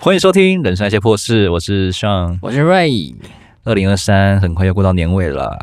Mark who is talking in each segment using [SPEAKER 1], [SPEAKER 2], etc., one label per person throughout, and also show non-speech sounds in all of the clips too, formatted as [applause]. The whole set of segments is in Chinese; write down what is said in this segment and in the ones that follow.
[SPEAKER 1] 欢迎收听《人生那些破事》，我是尚。
[SPEAKER 2] 我是瑞，
[SPEAKER 1] 二零二三很快要过到年尾了，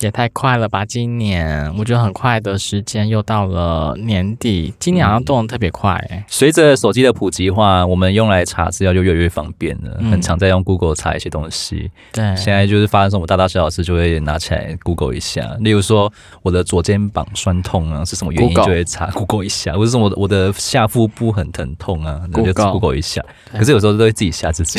[SPEAKER 2] 也太快了吧！今年我觉得很快的时间又到了年底，今年好像动得特别快、欸，
[SPEAKER 1] 随着手机的普及化，我们用来查资料就越来越方便了，
[SPEAKER 2] 嗯哎
[SPEAKER 1] 很常在用 Google 查一些东西。现
[SPEAKER 2] 对，
[SPEAKER 1] 在就是发生什么大大小小事，就会拿起来 Google 一下。例如说，我的左肩膀酸痛啊，是什么原因
[SPEAKER 2] Google
[SPEAKER 1] 就会查 Google 一下；或者是我的我的下腹部很疼痛啊，那就
[SPEAKER 2] Google
[SPEAKER 1] Google 一下。
[SPEAKER 2] 对
[SPEAKER 1] 可是有时候都会自己吓自
[SPEAKER 2] [laughs]
[SPEAKER 1] 己，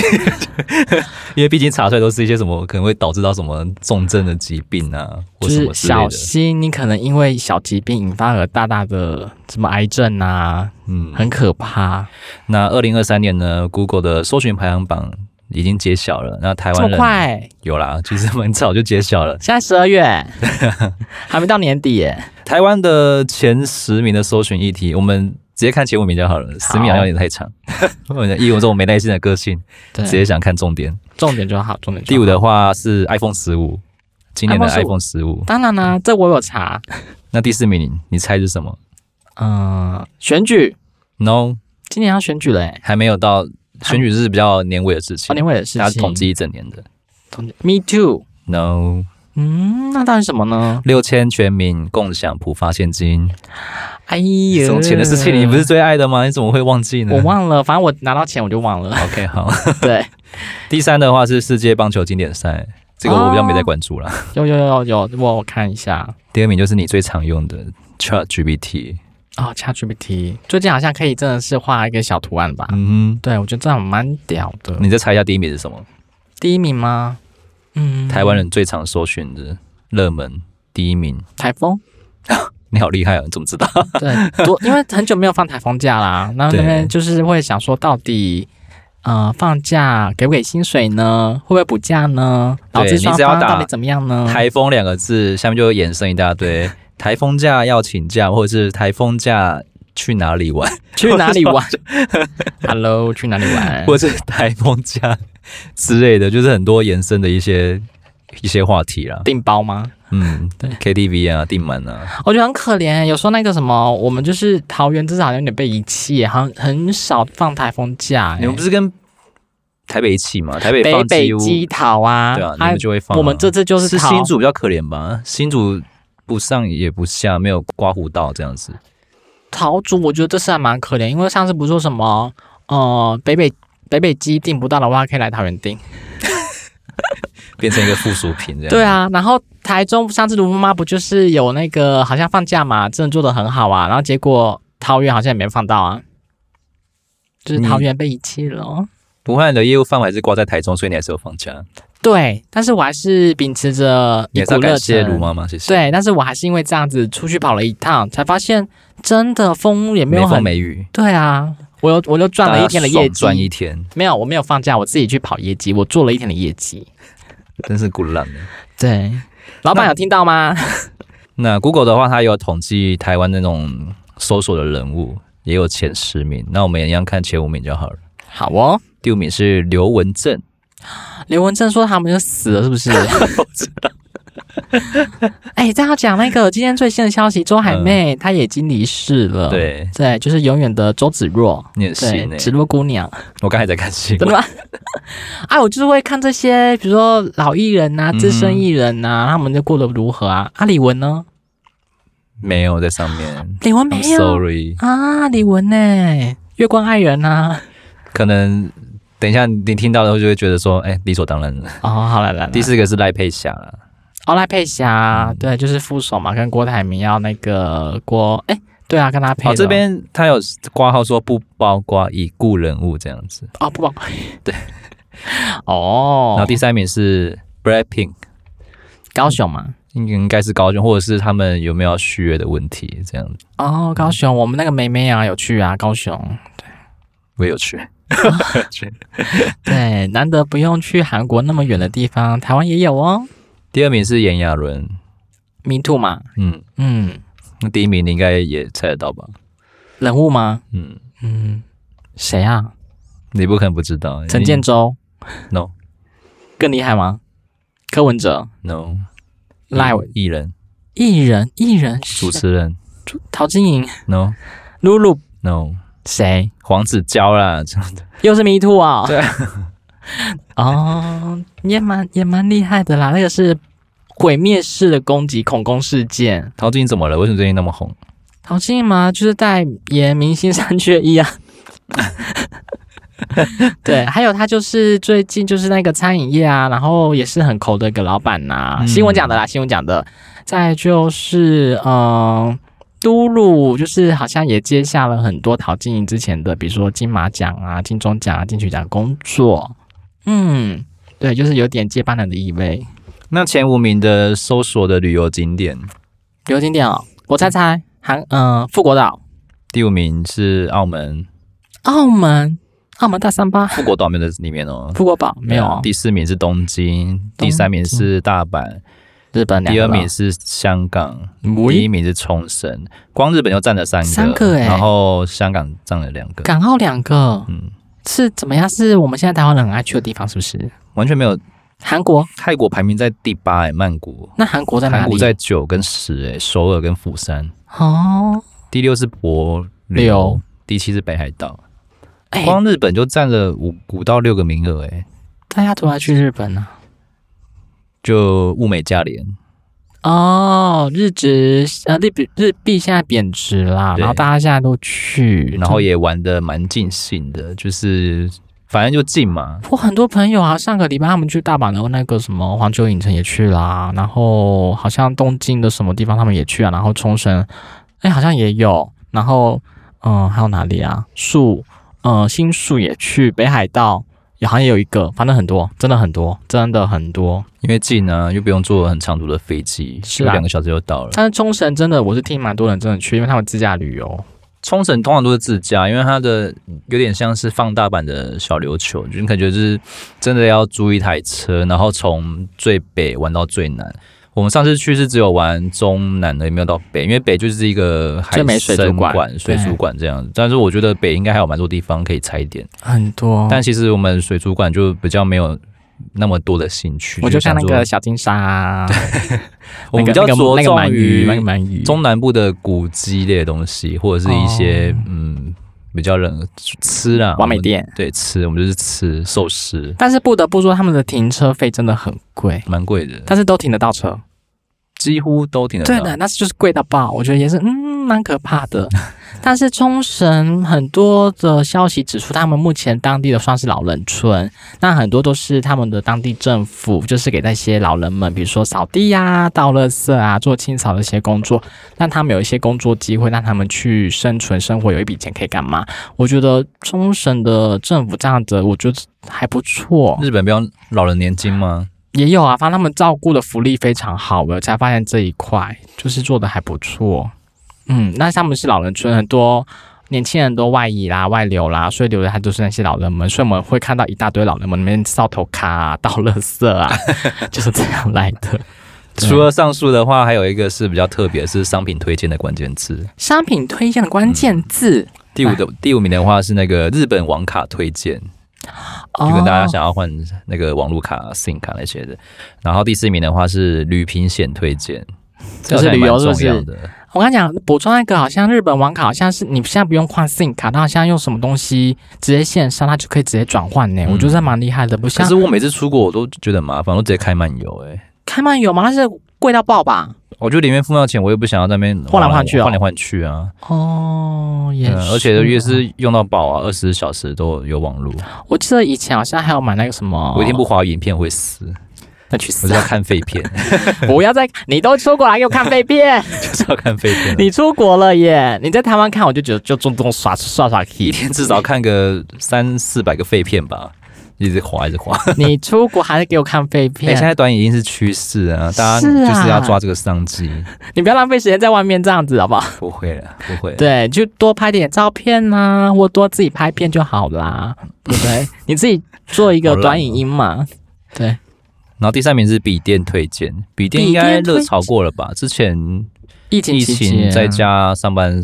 [SPEAKER 1] 因为毕竟查出来都是一些什么可能会导致到什么重症的疾病啊，或什
[SPEAKER 2] 就是
[SPEAKER 1] 么之类
[SPEAKER 2] 小
[SPEAKER 1] 的。
[SPEAKER 2] 心你可能因为小疾病引发了大大的什么癌症啊，
[SPEAKER 1] 嗯，
[SPEAKER 2] 很可怕，
[SPEAKER 1] 那二零二三年呢，Google 的搜寻排行榜已经揭晓了。那台
[SPEAKER 2] 这
[SPEAKER 1] 湾
[SPEAKER 2] 么
[SPEAKER 1] 人
[SPEAKER 2] 快，
[SPEAKER 1] 有啦， [laughs] 其实蛮早就揭晓了。
[SPEAKER 2] 现在十二 [laughs] 月还没到年底耶、
[SPEAKER 1] 台湾的前十名的搜寻议题，我们直接看前五名就好了，十名好像有点太
[SPEAKER 2] [laughs]
[SPEAKER 1] 长。我的以我这种没耐心的个性，
[SPEAKER 2] 对，
[SPEAKER 1] 直接想看重点。
[SPEAKER 2] 重点就好，重点就好
[SPEAKER 1] 第五的话是 iPhone 十五，今年的 iPhone
[SPEAKER 2] iPhone
[SPEAKER 1] 十五。
[SPEAKER 2] 当然啦、这我有查，
[SPEAKER 1] 那第四名你你猜是什么
[SPEAKER 2] 嗯、选举，
[SPEAKER 1] ？No，
[SPEAKER 2] 今年要选举了、欸，
[SPEAKER 1] 还没有到选举是比较年尾的事情
[SPEAKER 2] 哦，，年尾的事
[SPEAKER 1] 大家
[SPEAKER 2] 情，
[SPEAKER 1] 统计一整年的。
[SPEAKER 2] 统计，Me too，
[SPEAKER 1] No，
[SPEAKER 2] 嗯，那到底什么呢？
[SPEAKER 1] 六千全民共享普发现金，
[SPEAKER 2] 哎呀，
[SPEAKER 1] 从钱的事情你不是嗯最爱的吗？你怎么会忘记呢？
[SPEAKER 2] 我忘了，反正我拿到钱我就忘
[SPEAKER 1] [laughs]
[SPEAKER 2] 了。
[SPEAKER 1] OK，好。
[SPEAKER 2] [laughs] 对，
[SPEAKER 1] 第三的话是世界棒球经典赛，这个我比较没在关注啦。
[SPEAKER 2] 有有有有，我我看一下
[SPEAKER 1] 第二名就是你最常用的 Chat GPT，
[SPEAKER 2] 哦，ChatGPT 最近好像可以真的是画一个小图案吧？
[SPEAKER 1] 嗯
[SPEAKER 2] 对，我觉得这样蛮屌的
[SPEAKER 1] 哼，。你再猜一下第一名是什么？
[SPEAKER 2] 第一名吗？嗯，
[SPEAKER 1] 台湾人最常搜寻的热门第一名，[laughs]
[SPEAKER 2] 台风，
[SPEAKER 1] 你好厉害啊！你怎么知道？
[SPEAKER 2] 对，多因为很久没有放台风假啦，然后那
[SPEAKER 1] 对
[SPEAKER 2] 边就是会想说到底。呃，放假给不给薪水呢？会不会补假呢？
[SPEAKER 1] 对
[SPEAKER 2] 劳资
[SPEAKER 1] 你
[SPEAKER 2] 双
[SPEAKER 1] 只要
[SPEAKER 2] 方
[SPEAKER 1] 打
[SPEAKER 2] 到底怎么
[SPEAKER 1] [laughs]
[SPEAKER 2] 样呢？
[SPEAKER 1] 台风两个字下面就会衍生一大
[SPEAKER 2] [laughs]
[SPEAKER 1] 堆，台风假要请假，或者是台风假去哪里玩，
[SPEAKER 2] 去哪里玩 [laughs] ？Hello，去哪里
[SPEAKER 1] [laughs]
[SPEAKER 2] 玩？
[SPEAKER 1] 或者是台风假之类的，就是很多延伸的一些一些话题啦。
[SPEAKER 2] 订包吗？
[SPEAKER 1] 嗯，KTV 啊，订满啊，
[SPEAKER 2] 我觉得很可怜。有时候那个什么，我们就是桃园，至少好像有点被遗弃，好像很少放台风假。
[SPEAKER 1] 你们不是
[SPEAKER 2] 是
[SPEAKER 1] 跟台北一起吗？台北
[SPEAKER 2] 哎北
[SPEAKER 1] 放
[SPEAKER 2] 北
[SPEAKER 1] 几乎
[SPEAKER 2] 基桃啊？
[SPEAKER 1] 对啊，你们就会放啊、
[SPEAKER 2] 我们这次就是是桃
[SPEAKER 1] 新，竹比较可怜吧？新竹不上也不下，没有刮胡道这样子。
[SPEAKER 2] 桃竹，我觉得这次还蛮可怜，因为上次不是说什么呃北北北北基订不到的话，可以来桃园订。
[SPEAKER 1] 啊变成一个附属品这样。
[SPEAKER 2] 对，啊，然后台中上次卢妈妈不就是有那个好像放假嘛，真的做的很好啊，然后结果桃园好像也没放到啊，就是桃园被遗弃了哦。
[SPEAKER 1] 不过你的业务范围还是挂在台中，所以你还是有放假。
[SPEAKER 2] 对，但是我还是秉持着
[SPEAKER 1] 你
[SPEAKER 2] 一
[SPEAKER 1] 还是要
[SPEAKER 2] 股热
[SPEAKER 1] 感谢
[SPEAKER 2] 忱。
[SPEAKER 1] 卢妈妈，谢谢。，
[SPEAKER 2] 对，啊但是我还是因为这样子出去跑了一趟，才发现真的风也没
[SPEAKER 1] 没
[SPEAKER 2] 有
[SPEAKER 1] 风
[SPEAKER 2] 很。
[SPEAKER 1] 没雨，
[SPEAKER 2] 对啊，我又我又赚了一天的
[SPEAKER 1] 大
[SPEAKER 2] 业
[SPEAKER 1] 家爽赚一
[SPEAKER 2] 绩。
[SPEAKER 1] 天，
[SPEAKER 2] 没有，我没有放假，我自己去跑业绩，我做了一天的业绩。
[SPEAKER 1] 真是 good luck 呢。
[SPEAKER 2] 对，老板有听到吗？
[SPEAKER 1] 那 Google 的话，它有统计台湾那种搜索的人物，也有前十名。那我们也一样看前五名就 [laughs] 好了。
[SPEAKER 2] 好哦，
[SPEAKER 1] 第五名是刘文正，
[SPEAKER 2] 刘文正说他们就死了，是不
[SPEAKER 1] [laughs]
[SPEAKER 2] 是？哎，这样讲那个今天最新的消息，周海媚、她也已经离世
[SPEAKER 1] 嗯
[SPEAKER 2] 了。
[SPEAKER 1] 对，
[SPEAKER 2] 对，就是永远的周芷若，
[SPEAKER 1] 你很
[SPEAKER 2] 哦对
[SPEAKER 1] 新，呢、
[SPEAKER 2] 芷若姑娘。
[SPEAKER 1] 我刚才在看 [laughs] 新
[SPEAKER 2] 真
[SPEAKER 1] 闻
[SPEAKER 2] 的， [laughs] 吗？哎，我就是会看这些，比如说老艺人呐、资
[SPEAKER 1] 嗯
[SPEAKER 2] 深艺人呐、他们就过得如何啊？啊，李玟呢？
[SPEAKER 1] 没有在上面。
[SPEAKER 2] 李玟没
[SPEAKER 1] I'm
[SPEAKER 2] 有
[SPEAKER 1] sorry，
[SPEAKER 2] 啊，李玟呢、月光爱人啊呐、
[SPEAKER 1] 可能等一下你听到的时候就会觉得说，哎、理所当然了。
[SPEAKER 2] 哦，好了，来了
[SPEAKER 1] 第，四个是赖佩霞啦，
[SPEAKER 2] 哦，赖佩霞，对，就是副手嘛，跟郭台铭要那个郭，哎，对啊，跟他配
[SPEAKER 1] 哦
[SPEAKER 2] 的、
[SPEAKER 1] 好、这边他有挂号说不包括已故人物这样子。
[SPEAKER 2] 哦，不包，
[SPEAKER 1] [laughs]
[SPEAKER 2] 对，哦，
[SPEAKER 1] 然后第三名是 Brad Pink，
[SPEAKER 2] 高雄嘛，
[SPEAKER 1] 应应该是高中或者是他们有没有要续约的问题这样子。
[SPEAKER 2] 哦，高雄，我们那个梅梅啊有去啊，高雄，
[SPEAKER 1] 我也有去，
[SPEAKER 2] 对，难得不用去韩国那么远的地方，台湾也有哦
[SPEAKER 1] [laughs] 第二名是炎亚纶，
[SPEAKER 2] ，Me too 嘛，
[SPEAKER 1] 嗯，
[SPEAKER 2] 嗯。
[SPEAKER 1] 那第一名你应该也猜得到吧？
[SPEAKER 2] 人物吗？
[SPEAKER 1] 嗯，
[SPEAKER 2] 嗯，谁啊？
[SPEAKER 1] 你不可能不知道。
[SPEAKER 2] 陈建州
[SPEAKER 1] No
[SPEAKER 2] 更厉害吗？柯文哲、
[SPEAKER 1] No
[SPEAKER 2] 赖伟
[SPEAKER 1] 艺人
[SPEAKER 2] 嗯艺人、艺人
[SPEAKER 1] 主持人
[SPEAKER 2] 陶晶莹、
[SPEAKER 1] No
[SPEAKER 2] 露露
[SPEAKER 1] No
[SPEAKER 2] 谁？
[SPEAKER 1] 黄子佼啦， [laughs] 这
[SPEAKER 2] 又是 Me Too 啊、 [laughs]
[SPEAKER 1] 对。
[SPEAKER 2] 哦，也蛮也蛮厉害的啦，那个是毁灭式的攻击恐攻事件。
[SPEAKER 1] 陶晶莹怎么了？为什么最近那么红？
[SPEAKER 2] 陶晶莹嘛，就是代言明星三缺一啊。 [laughs] 对，还有他就是最近就是那个餐饮业啊，然后也是很抠的一个老板呐、
[SPEAKER 1] 嗯
[SPEAKER 2] 新闻讲的啦，新闻讲的。再就是嗯，都鲁就是好像也接下了很多陶晶莹之前的，比如说金马奖啊、金钟奖啊、金曲奖工作。嗯，对，就是有点接班人的意味，
[SPEAKER 1] 那前五名的搜索的旅游景点，
[SPEAKER 2] 有景点哦。我猜猜，韩嗯、富国岛、
[SPEAKER 1] 第五名是澳门
[SPEAKER 2] 澳门、澳门大三巴、
[SPEAKER 1] 富国岛没有在里面哦。
[SPEAKER 2] 富国岛没有哦
[SPEAKER 1] 第四名是东京，
[SPEAKER 2] 东
[SPEAKER 1] 第三名是大阪，
[SPEAKER 2] 日本两
[SPEAKER 1] 第
[SPEAKER 2] 个
[SPEAKER 1] 二
[SPEAKER 2] 吧
[SPEAKER 1] 名是香港，
[SPEAKER 2] 喂
[SPEAKER 1] 第一名是冲绳。光日本就占了三个，
[SPEAKER 2] 三个欸
[SPEAKER 1] 然后香港占了两个，
[SPEAKER 2] 港澳两个，
[SPEAKER 1] 嗯
[SPEAKER 2] 是怎么样？是我们现在台湾人很爱去的地方，是不是？
[SPEAKER 1] 完全没有。
[SPEAKER 2] 韩国？
[SPEAKER 1] 泰国排名在第八哎，曼谷，
[SPEAKER 2] 那韩国在哪
[SPEAKER 1] 韩
[SPEAKER 2] 里？
[SPEAKER 1] 国在九跟十哎，首尔跟釜山。
[SPEAKER 2] 哦，
[SPEAKER 1] 第六是帛
[SPEAKER 2] 六
[SPEAKER 1] 琉，第七是北海道。
[SPEAKER 2] 哎、
[SPEAKER 1] 光日本就占了五五到六个名额哎，
[SPEAKER 2] 大家都要去日本呢、啊
[SPEAKER 1] 就物美价廉。
[SPEAKER 2] 哦，日值呃日币日币现在贬值啦，
[SPEAKER 1] 对
[SPEAKER 2] 然后大家现在都去，
[SPEAKER 1] 然后也玩的蛮尽兴的，就是反正就近嘛。
[SPEAKER 2] 我很多朋友啊，上个礼拜他们去大阪的那个什么环球影城也去啦，然后哎好像东京的什么地方他们也去啊，然后冲绳，哎、好像也有，然后嗯，还有哪里啊？树，嗯，新宿也去，北海道也好像也有一个，反正很多，真的很多，真的很多。
[SPEAKER 1] 因为近啊，又不用坐很长途的飞机，
[SPEAKER 2] 是啊
[SPEAKER 1] 就两个小时就到了。
[SPEAKER 2] 但是冲绳真的，我是听蛮多人真的去，因为他们自驾旅游。
[SPEAKER 1] 冲绳通常都是自驾，因为它的
[SPEAKER 2] 嗯
[SPEAKER 1] 有点像是放大版的小琉球，就你感觉就是真的要租一台车，然后从最北玩到最南。我们上次去是只有玩中南的，也没有到北，因为北就是一个海
[SPEAKER 2] 最美水族
[SPEAKER 1] 参
[SPEAKER 2] 馆
[SPEAKER 1] 馆、水
[SPEAKER 2] 对哦
[SPEAKER 1] 族馆这样子。但是我觉得北应该还有蛮多地方可以踩点。
[SPEAKER 2] 很多
[SPEAKER 1] 但其实我们水族馆就比较没有那么多的兴趣，
[SPEAKER 2] 我就像那
[SPEAKER 1] 想
[SPEAKER 2] 个
[SPEAKER 1] 说，
[SPEAKER 2] 小金沙啊，
[SPEAKER 1] 我们比较
[SPEAKER 2] 那个
[SPEAKER 1] 着
[SPEAKER 2] 那个鳗
[SPEAKER 1] 重
[SPEAKER 2] 鱼，那个
[SPEAKER 1] 于
[SPEAKER 2] 鳗鱼，
[SPEAKER 1] 中南部的古迹类的东西，或者是一些
[SPEAKER 2] 哦
[SPEAKER 1] 嗯比较冷吃啦，
[SPEAKER 2] 完美
[SPEAKER 1] 我们
[SPEAKER 2] 店。
[SPEAKER 1] 对吃，我们就是吃寿司，
[SPEAKER 2] 但是不得不说，他们的停车费真的很贵，
[SPEAKER 1] 蛮贵的，
[SPEAKER 2] 但是都停得到车。
[SPEAKER 1] 几乎都挺得
[SPEAKER 2] 对
[SPEAKER 1] 到。
[SPEAKER 2] 的，那是就是贵到爆，我觉得也是，嗯，蛮可怕的。但是冲绳很多的消息指出，他们目前当地的算是老人村，那很多都是他们的当地政府，就是给那些老人们，比如说扫地呀、倒垃圾啊、做清扫的一些工作，让他们有一些工作机会，让他们去生存生活，有一笔钱可以干嘛？我觉得冲绳的政府这样子，我觉得还不错。
[SPEAKER 1] 日本不要老人年金吗？
[SPEAKER 2] 也有啊，反正他们照顾的福利非常好，我才发现这一块就是做的还不错。嗯，那他们是老人村，很多年轻人都外移啦、外流啦，所以留的还都是那些老人们，所以我们会看到一大堆老人们那边扫头卡、啊、倒垃圾 [laughs] 啊，就是这样来的。对
[SPEAKER 1] 除了上述的话，还有一个是比较特别，是商品推荐的关键字。
[SPEAKER 2] 商品推荐的关键字，
[SPEAKER 1] 第五的第五名的话是那个日本网卡推荐，
[SPEAKER 2] 哦
[SPEAKER 1] 就跟大家想要换那个网络卡、SIM 卡那些的。然后第四名的话是旅平险推荐，这
[SPEAKER 2] 就
[SPEAKER 1] 好
[SPEAKER 2] 是
[SPEAKER 1] 像也蛮
[SPEAKER 2] 旅游是不
[SPEAKER 1] 重要
[SPEAKER 2] 是
[SPEAKER 1] 的。
[SPEAKER 2] 我跟你讲，补充那个，好像日本网卡好像是你现在不用换 SIM 卡，它好像用什么东西直接线上，它就可以直接转换呢。我觉得这蛮厉害的，不
[SPEAKER 1] 可
[SPEAKER 2] 像
[SPEAKER 1] 是我每次出国我都觉得很麻烦，我直接开漫游哎、
[SPEAKER 2] 开漫游嘛，它是贵到爆吧？
[SPEAKER 1] 我觉得里面付到钱，我也不想要在那边
[SPEAKER 2] 换来换去哦
[SPEAKER 1] 换来换去啊。
[SPEAKER 2] 哦，也是、
[SPEAKER 1] 嗯，而且越是用到饱啊，二十小时都有网络。
[SPEAKER 2] 我记得以前好像还有买那个什么，
[SPEAKER 1] 我一天不滑影片会死，
[SPEAKER 2] 那
[SPEAKER 1] 我
[SPEAKER 2] 去死
[SPEAKER 1] 是
[SPEAKER 2] 啊！
[SPEAKER 1] 要看废
[SPEAKER 2] [laughs]
[SPEAKER 1] 片，
[SPEAKER 2] 不要再你都出国来给我看
[SPEAKER 1] [laughs]
[SPEAKER 2] 废片，
[SPEAKER 1] 就是要看废片。
[SPEAKER 2] 你出国了耶！你在台湾看我就觉得就中中刷刷刷
[SPEAKER 1] 一 [laughs]
[SPEAKER 2] K，
[SPEAKER 1] 天至少看个三四百个废片吧，一直滑一直
[SPEAKER 2] [laughs]
[SPEAKER 1] 滑。
[SPEAKER 2] 你出国还是给我看废
[SPEAKER 1] 哎、
[SPEAKER 2] 片，
[SPEAKER 1] 现在短影音是趋势啊，大家
[SPEAKER 2] 是啊
[SPEAKER 1] 就是要抓这个商机。
[SPEAKER 2] 你不要浪费时间在外面这样子好不好？
[SPEAKER 1] 不会了，不会了。
[SPEAKER 2] 对，就多拍点照片呐、或多自己拍片就好啦，对
[SPEAKER 1] [laughs]
[SPEAKER 2] 不对？你自己做一个
[SPEAKER 1] 好烂哦
[SPEAKER 2] 短影音嘛，对。
[SPEAKER 1] 然后第三名是笔电推荐，笔电应该热潮过了吧？之前
[SPEAKER 2] 疫情
[SPEAKER 1] 疫
[SPEAKER 2] 期啊间
[SPEAKER 1] 情在家上班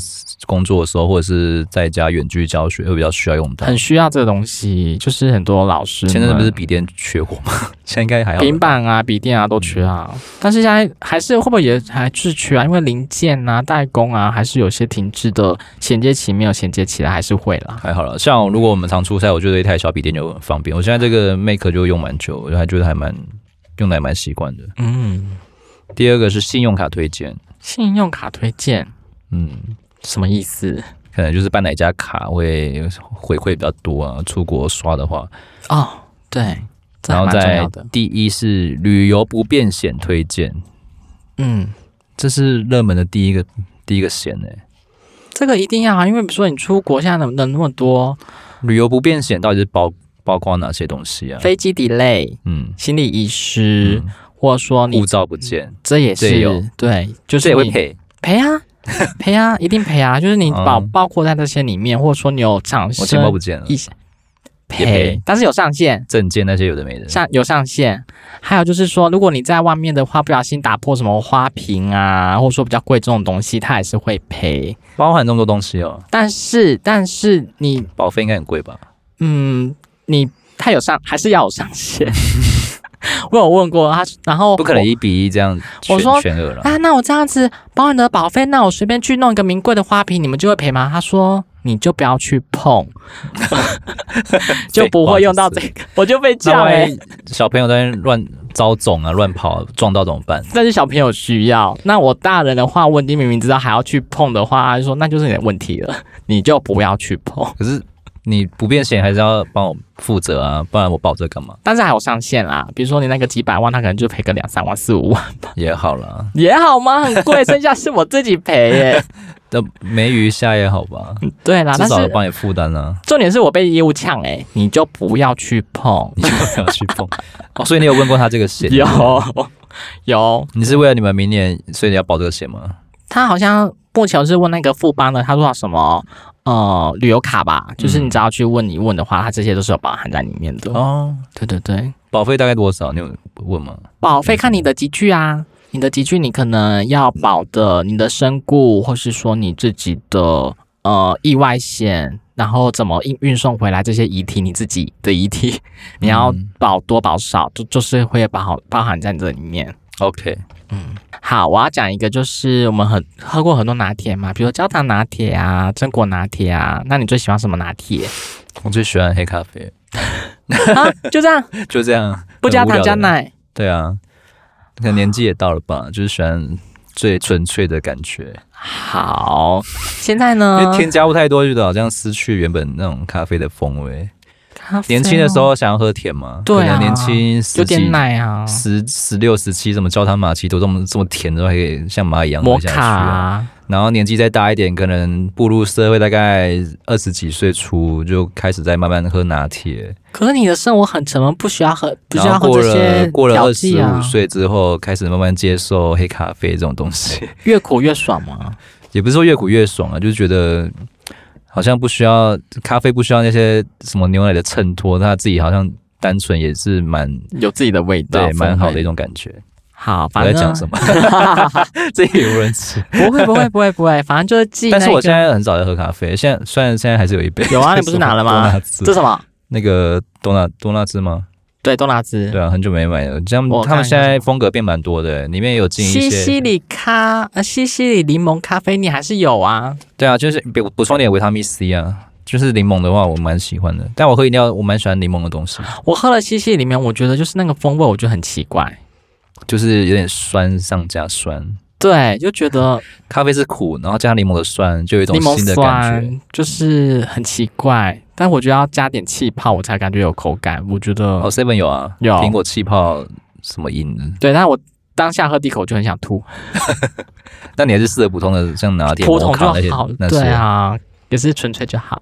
[SPEAKER 1] 工作的时候，或者是在家远距教学，会比较需要用到。
[SPEAKER 2] 很需要这个东西，就是很多老师
[SPEAKER 1] 前阵子
[SPEAKER 2] 们
[SPEAKER 1] 不是笔电缺货吗？ [laughs] 现在应该还好吧。
[SPEAKER 2] 平板啊、笔电啊都缺啊，但是现在还是会不会也还是缺啊？因为零件啊、代工啊，还是有些停滞的，衔接期没有衔接起来，还是会啦。
[SPEAKER 1] 还好了，像如果我们常出差，我觉得一台小笔电就很方便。我现在这个 Make 就用蛮久，我还觉得还蛮用的还蛮习惯的。
[SPEAKER 2] 嗯，
[SPEAKER 1] 第二个是信用卡推荐，
[SPEAKER 2] 信用卡推荐
[SPEAKER 1] 嗯，
[SPEAKER 2] 什么意思
[SPEAKER 1] 可能就是办哪一家卡会回馈比较多啊。出国刷的话，
[SPEAKER 2] 哦？对，这
[SPEAKER 1] 然
[SPEAKER 2] 还
[SPEAKER 1] 后
[SPEAKER 2] 蛮重
[SPEAKER 1] 再
[SPEAKER 2] 要的。
[SPEAKER 1] 第一是旅游不便险推荐，
[SPEAKER 2] 嗯，
[SPEAKER 1] 这是热门的第一个第一个险欸呢、
[SPEAKER 2] 这个一定要啊，因为比如说你出国现在能能那么多，
[SPEAKER 1] 旅游不便险到底是包包括哪些东西啊？
[SPEAKER 2] 飞机 delay、
[SPEAKER 1] 嗯，
[SPEAKER 2] 心理医师，
[SPEAKER 1] 嗯
[SPEAKER 2] 或者说你
[SPEAKER 1] 护照不见，
[SPEAKER 2] 这也
[SPEAKER 1] 这也
[SPEAKER 2] 是
[SPEAKER 1] 有
[SPEAKER 2] 对，
[SPEAKER 1] 这
[SPEAKER 2] 就是
[SPEAKER 1] 也会
[SPEAKER 2] 你
[SPEAKER 1] 赔。
[SPEAKER 2] 赔啊， [laughs] 赔啊，一定赔啊！就是你包
[SPEAKER 1] 嗯
[SPEAKER 2] 包括在这些里面，或者说你有上
[SPEAKER 1] 我钱包不
[SPEAKER 2] 升
[SPEAKER 1] 见了
[SPEAKER 2] 一，
[SPEAKER 1] 嗯也赔
[SPEAKER 2] 赔，但是有上限，
[SPEAKER 1] 证件那些有的没的。
[SPEAKER 2] 上有上限。还有就是说，如果你在外面的话，不小心打破什么花瓶啊，或者说比较贵重的东西，它也是会赔。
[SPEAKER 1] 包含那么多东西哦，
[SPEAKER 2] 但是，但是你，
[SPEAKER 1] 保费应该很贵吧？
[SPEAKER 2] 嗯，你它有上还是要有上
[SPEAKER 1] [laughs]
[SPEAKER 2] 限。我有问过他，然后
[SPEAKER 1] 不可能
[SPEAKER 2] 我
[SPEAKER 1] 一比一这样全
[SPEAKER 2] 哦我说
[SPEAKER 1] 全额了。
[SPEAKER 2] 啊，那我这样子包你的保费，那我随便去弄一个名贵的花瓶，你们就会赔吗？他说你就不要去
[SPEAKER 1] [laughs]
[SPEAKER 2] 碰， [laughs] 就不会用到这个，我就被
[SPEAKER 1] 那
[SPEAKER 2] 叫哎、
[SPEAKER 1] 万一小朋友在那边乱招肿啊、乱跑撞到怎么办？
[SPEAKER 2] 但是小朋友需要，那我大人的话，我已经明明知道还要去碰的话，他就说那就是你的问题了，你就不要去碰。
[SPEAKER 1] 可是你不变险还是要帮我负责啊，不然我保这干嘛？
[SPEAKER 2] 但是还有上限啦， [laughs] 比如说你那个几百万，他可能就赔个两三万、四五万
[SPEAKER 1] 也好啦，
[SPEAKER 2] 也好吗？很贵，剩下是我自己赔耶、
[SPEAKER 1] 那没鱼虾也好吧，
[SPEAKER 2] [laughs] 对啦，
[SPEAKER 1] 至
[SPEAKER 2] 但
[SPEAKER 1] 少有
[SPEAKER 2] 是
[SPEAKER 1] 帮你负担啊，
[SPEAKER 2] 重点是我被业务呛哎、你就不要去碰。
[SPEAKER 1] 你就不要去碰。哦，所以你有问过他这个险？
[SPEAKER 2] 有 [laughs] 有，
[SPEAKER 1] 你是为了你们明年，所以你要保这个险吗？
[SPEAKER 2] 他好像目前是问那个富邦的，他说什么呃旅游卡吧，就是你只要去问一问的话，它这些都是有包含在里面的。
[SPEAKER 1] 哦，
[SPEAKER 2] 对对对，
[SPEAKER 1] 保费大概多少？你有问吗？
[SPEAKER 2] 保费看你的集聚啊，你的集聚你可能要保的你的身故，或是说你自己的呃意外险。然后怎么运运送回来这些遗体？你自己的遗体， [laughs] 你要
[SPEAKER 1] 嗯
[SPEAKER 2] 保多保少，就就是会包包含在这里面。
[SPEAKER 1] OK，
[SPEAKER 2] 好，我要讲一个，就是我们很喝过很多拿铁嘛，比如焦糖拿铁啊、榛果拿铁啊。那你最喜欢什么拿
[SPEAKER 1] [laughs]
[SPEAKER 2] 铁
[SPEAKER 1] 我最喜欢黑咖啡，
[SPEAKER 2] 啊？就这样，
[SPEAKER 1] 就这样，
[SPEAKER 2] 不加
[SPEAKER 1] 很无聊
[SPEAKER 2] 糖
[SPEAKER 1] 的
[SPEAKER 2] 加奶。
[SPEAKER 1] 对啊，可能年纪也到了吧，就是喜欢最纯粹的感觉，
[SPEAKER 2] 好，现在
[SPEAKER 1] 因
[SPEAKER 2] 呢？
[SPEAKER 1] 为添加物太多，就好像失去原本那种咖啡的风味。
[SPEAKER 2] 咖啡
[SPEAKER 1] 年轻的时
[SPEAKER 2] 哦
[SPEAKER 1] 候想要喝甜嘛，
[SPEAKER 2] 啊对啊
[SPEAKER 1] 可能年轻
[SPEAKER 2] 有
[SPEAKER 1] 十几
[SPEAKER 2] 点、奶啊，
[SPEAKER 1] 十十六、十七，什么焦糖玛奇朵这么这么甜的话，可以像蚂蚁一样
[SPEAKER 2] 摩
[SPEAKER 1] 喝下去
[SPEAKER 2] 卡
[SPEAKER 1] 啊。
[SPEAKER 2] 啊。
[SPEAKER 1] 然后年纪再大一点，可能步入社会，大概二十几岁出就开始在慢慢喝拿铁，
[SPEAKER 2] 可是你的生活很沉闷，不需要喝，不需
[SPEAKER 1] 然
[SPEAKER 2] 要
[SPEAKER 1] 后
[SPEAKER 2] 喝
[SPEAKER 1] 过
[SPEAKER 2] 这些
[SPEAKER 1] 了过了
[SPEAKER 2] 调
[SPEAKER 1] 二十
[SPEAKER 2] 剂啊
[SPEAKER 1] 五，岁之后，开始慢慢接受黑咖啡这种东西。 [laughs]
[SPEAKER 2] 越苦越爽嘛。
[SPEAKER 1] 也不是说越苦越爽啊，就是觉得好像不需要咖啡，不需要那些什么牛奶的衬托，他自己好像单纯也是蛮
[SPEAKER 2] 有自己的味啊道
[SPEAKER 1] 对蛮好的一种
[SPEAKER 2] 种。
[SPEAKER 1] 感觉。
[SPEAKER 2] 好，
[SPEAKER 1] 我
[SPEAKER 2] 反
[SPEAKER 1] 在
[SPEAKER 2] 正
[SPEAKER 1] 讲什
[SPEAKER 2] [laughs]
[SPEAKER 1] 么？ [laughs] 这也无人吃。
[SPEAKER 2] 不会不会不会不会，反正就是记
[SPEAKER 1] 但
[SPEAKER 2] 那个。
[SPEAKER 1] 是我现在很少在喝咖啡，现在虽然现在还是有一杯。
[SPEAKER 2] 有啊，你
[SPEAKER 1] [laughs]
[SPEAKER 2] 不是拿了吗
[SPEAKER 1] 多纳？
[SPEAKER 2] 这
[SPEAKER 1] 兹
[SPEAKER 2] 什么？
[SPEAKER 1] 那个多纳多纳兹吗？
[SPEAKER 2] 对，多拿兹。
[SPEAKER 1] 对啊，很久没买了。这样
[SPEAKER 2] 嗯我看
[SPEAKER 1] 他们
[SPEAKER 2] 一下
[SPEAKER 1] 现在风格变蛮多的，里面也有进一
[SPEAKER 2] 西西
[SPEAKER 1] 些。
[SPEAKER 2] 里咖呃西西里柠檬咖啡，你还是有啊？
[SPEAKER 1] 对啊，就是补补充点维他命 C 啊。就是柠檬的话，我蛮喜欢的，但我喝饮料，我蛮喜欢柠檬的东西。
[SPEAKER 2] 我喝了西西里柠檬，我觉得就是那个风味，我觉得很奇怪。
[SPEAKER 1] 就是有点酸上加酸。
[SPEAKER 2] 对，就
[SPEAKER 1] [laughs]
[SPEAKER 2] 觉得
[SPEAKER 1] 咖啡是苦，然后加柠檬的酸，就有一种
[SPEAKER 2] 柠檬
[SPEAKER 1] 新的感觉。
[SPEAKER 2] 酸就是很奇怪，但我觉得要加点气泡，我才感觉有口感。我觉得
[SPEAKER 1] 哦，seven 有啊，
[SPEAKER 2] 有
[SPEAKER 1] 苹果气泡什么饮的，
[SPEAKER 2] 对，但我当下喝第一口就很想吐，
[SPEAKER 1] 但你还是适合普通的，像拿铁、
[SPEAKER 2] 普通
[SPEAKER 1] 摩卡那些
[SPEAKER 2] 就好，，
[SPEAKER 1] 那
[SPEAKER 2] 对
[SPEAKER 1] 些。
[SPEAKER 2] 啊，也是纯粹就好。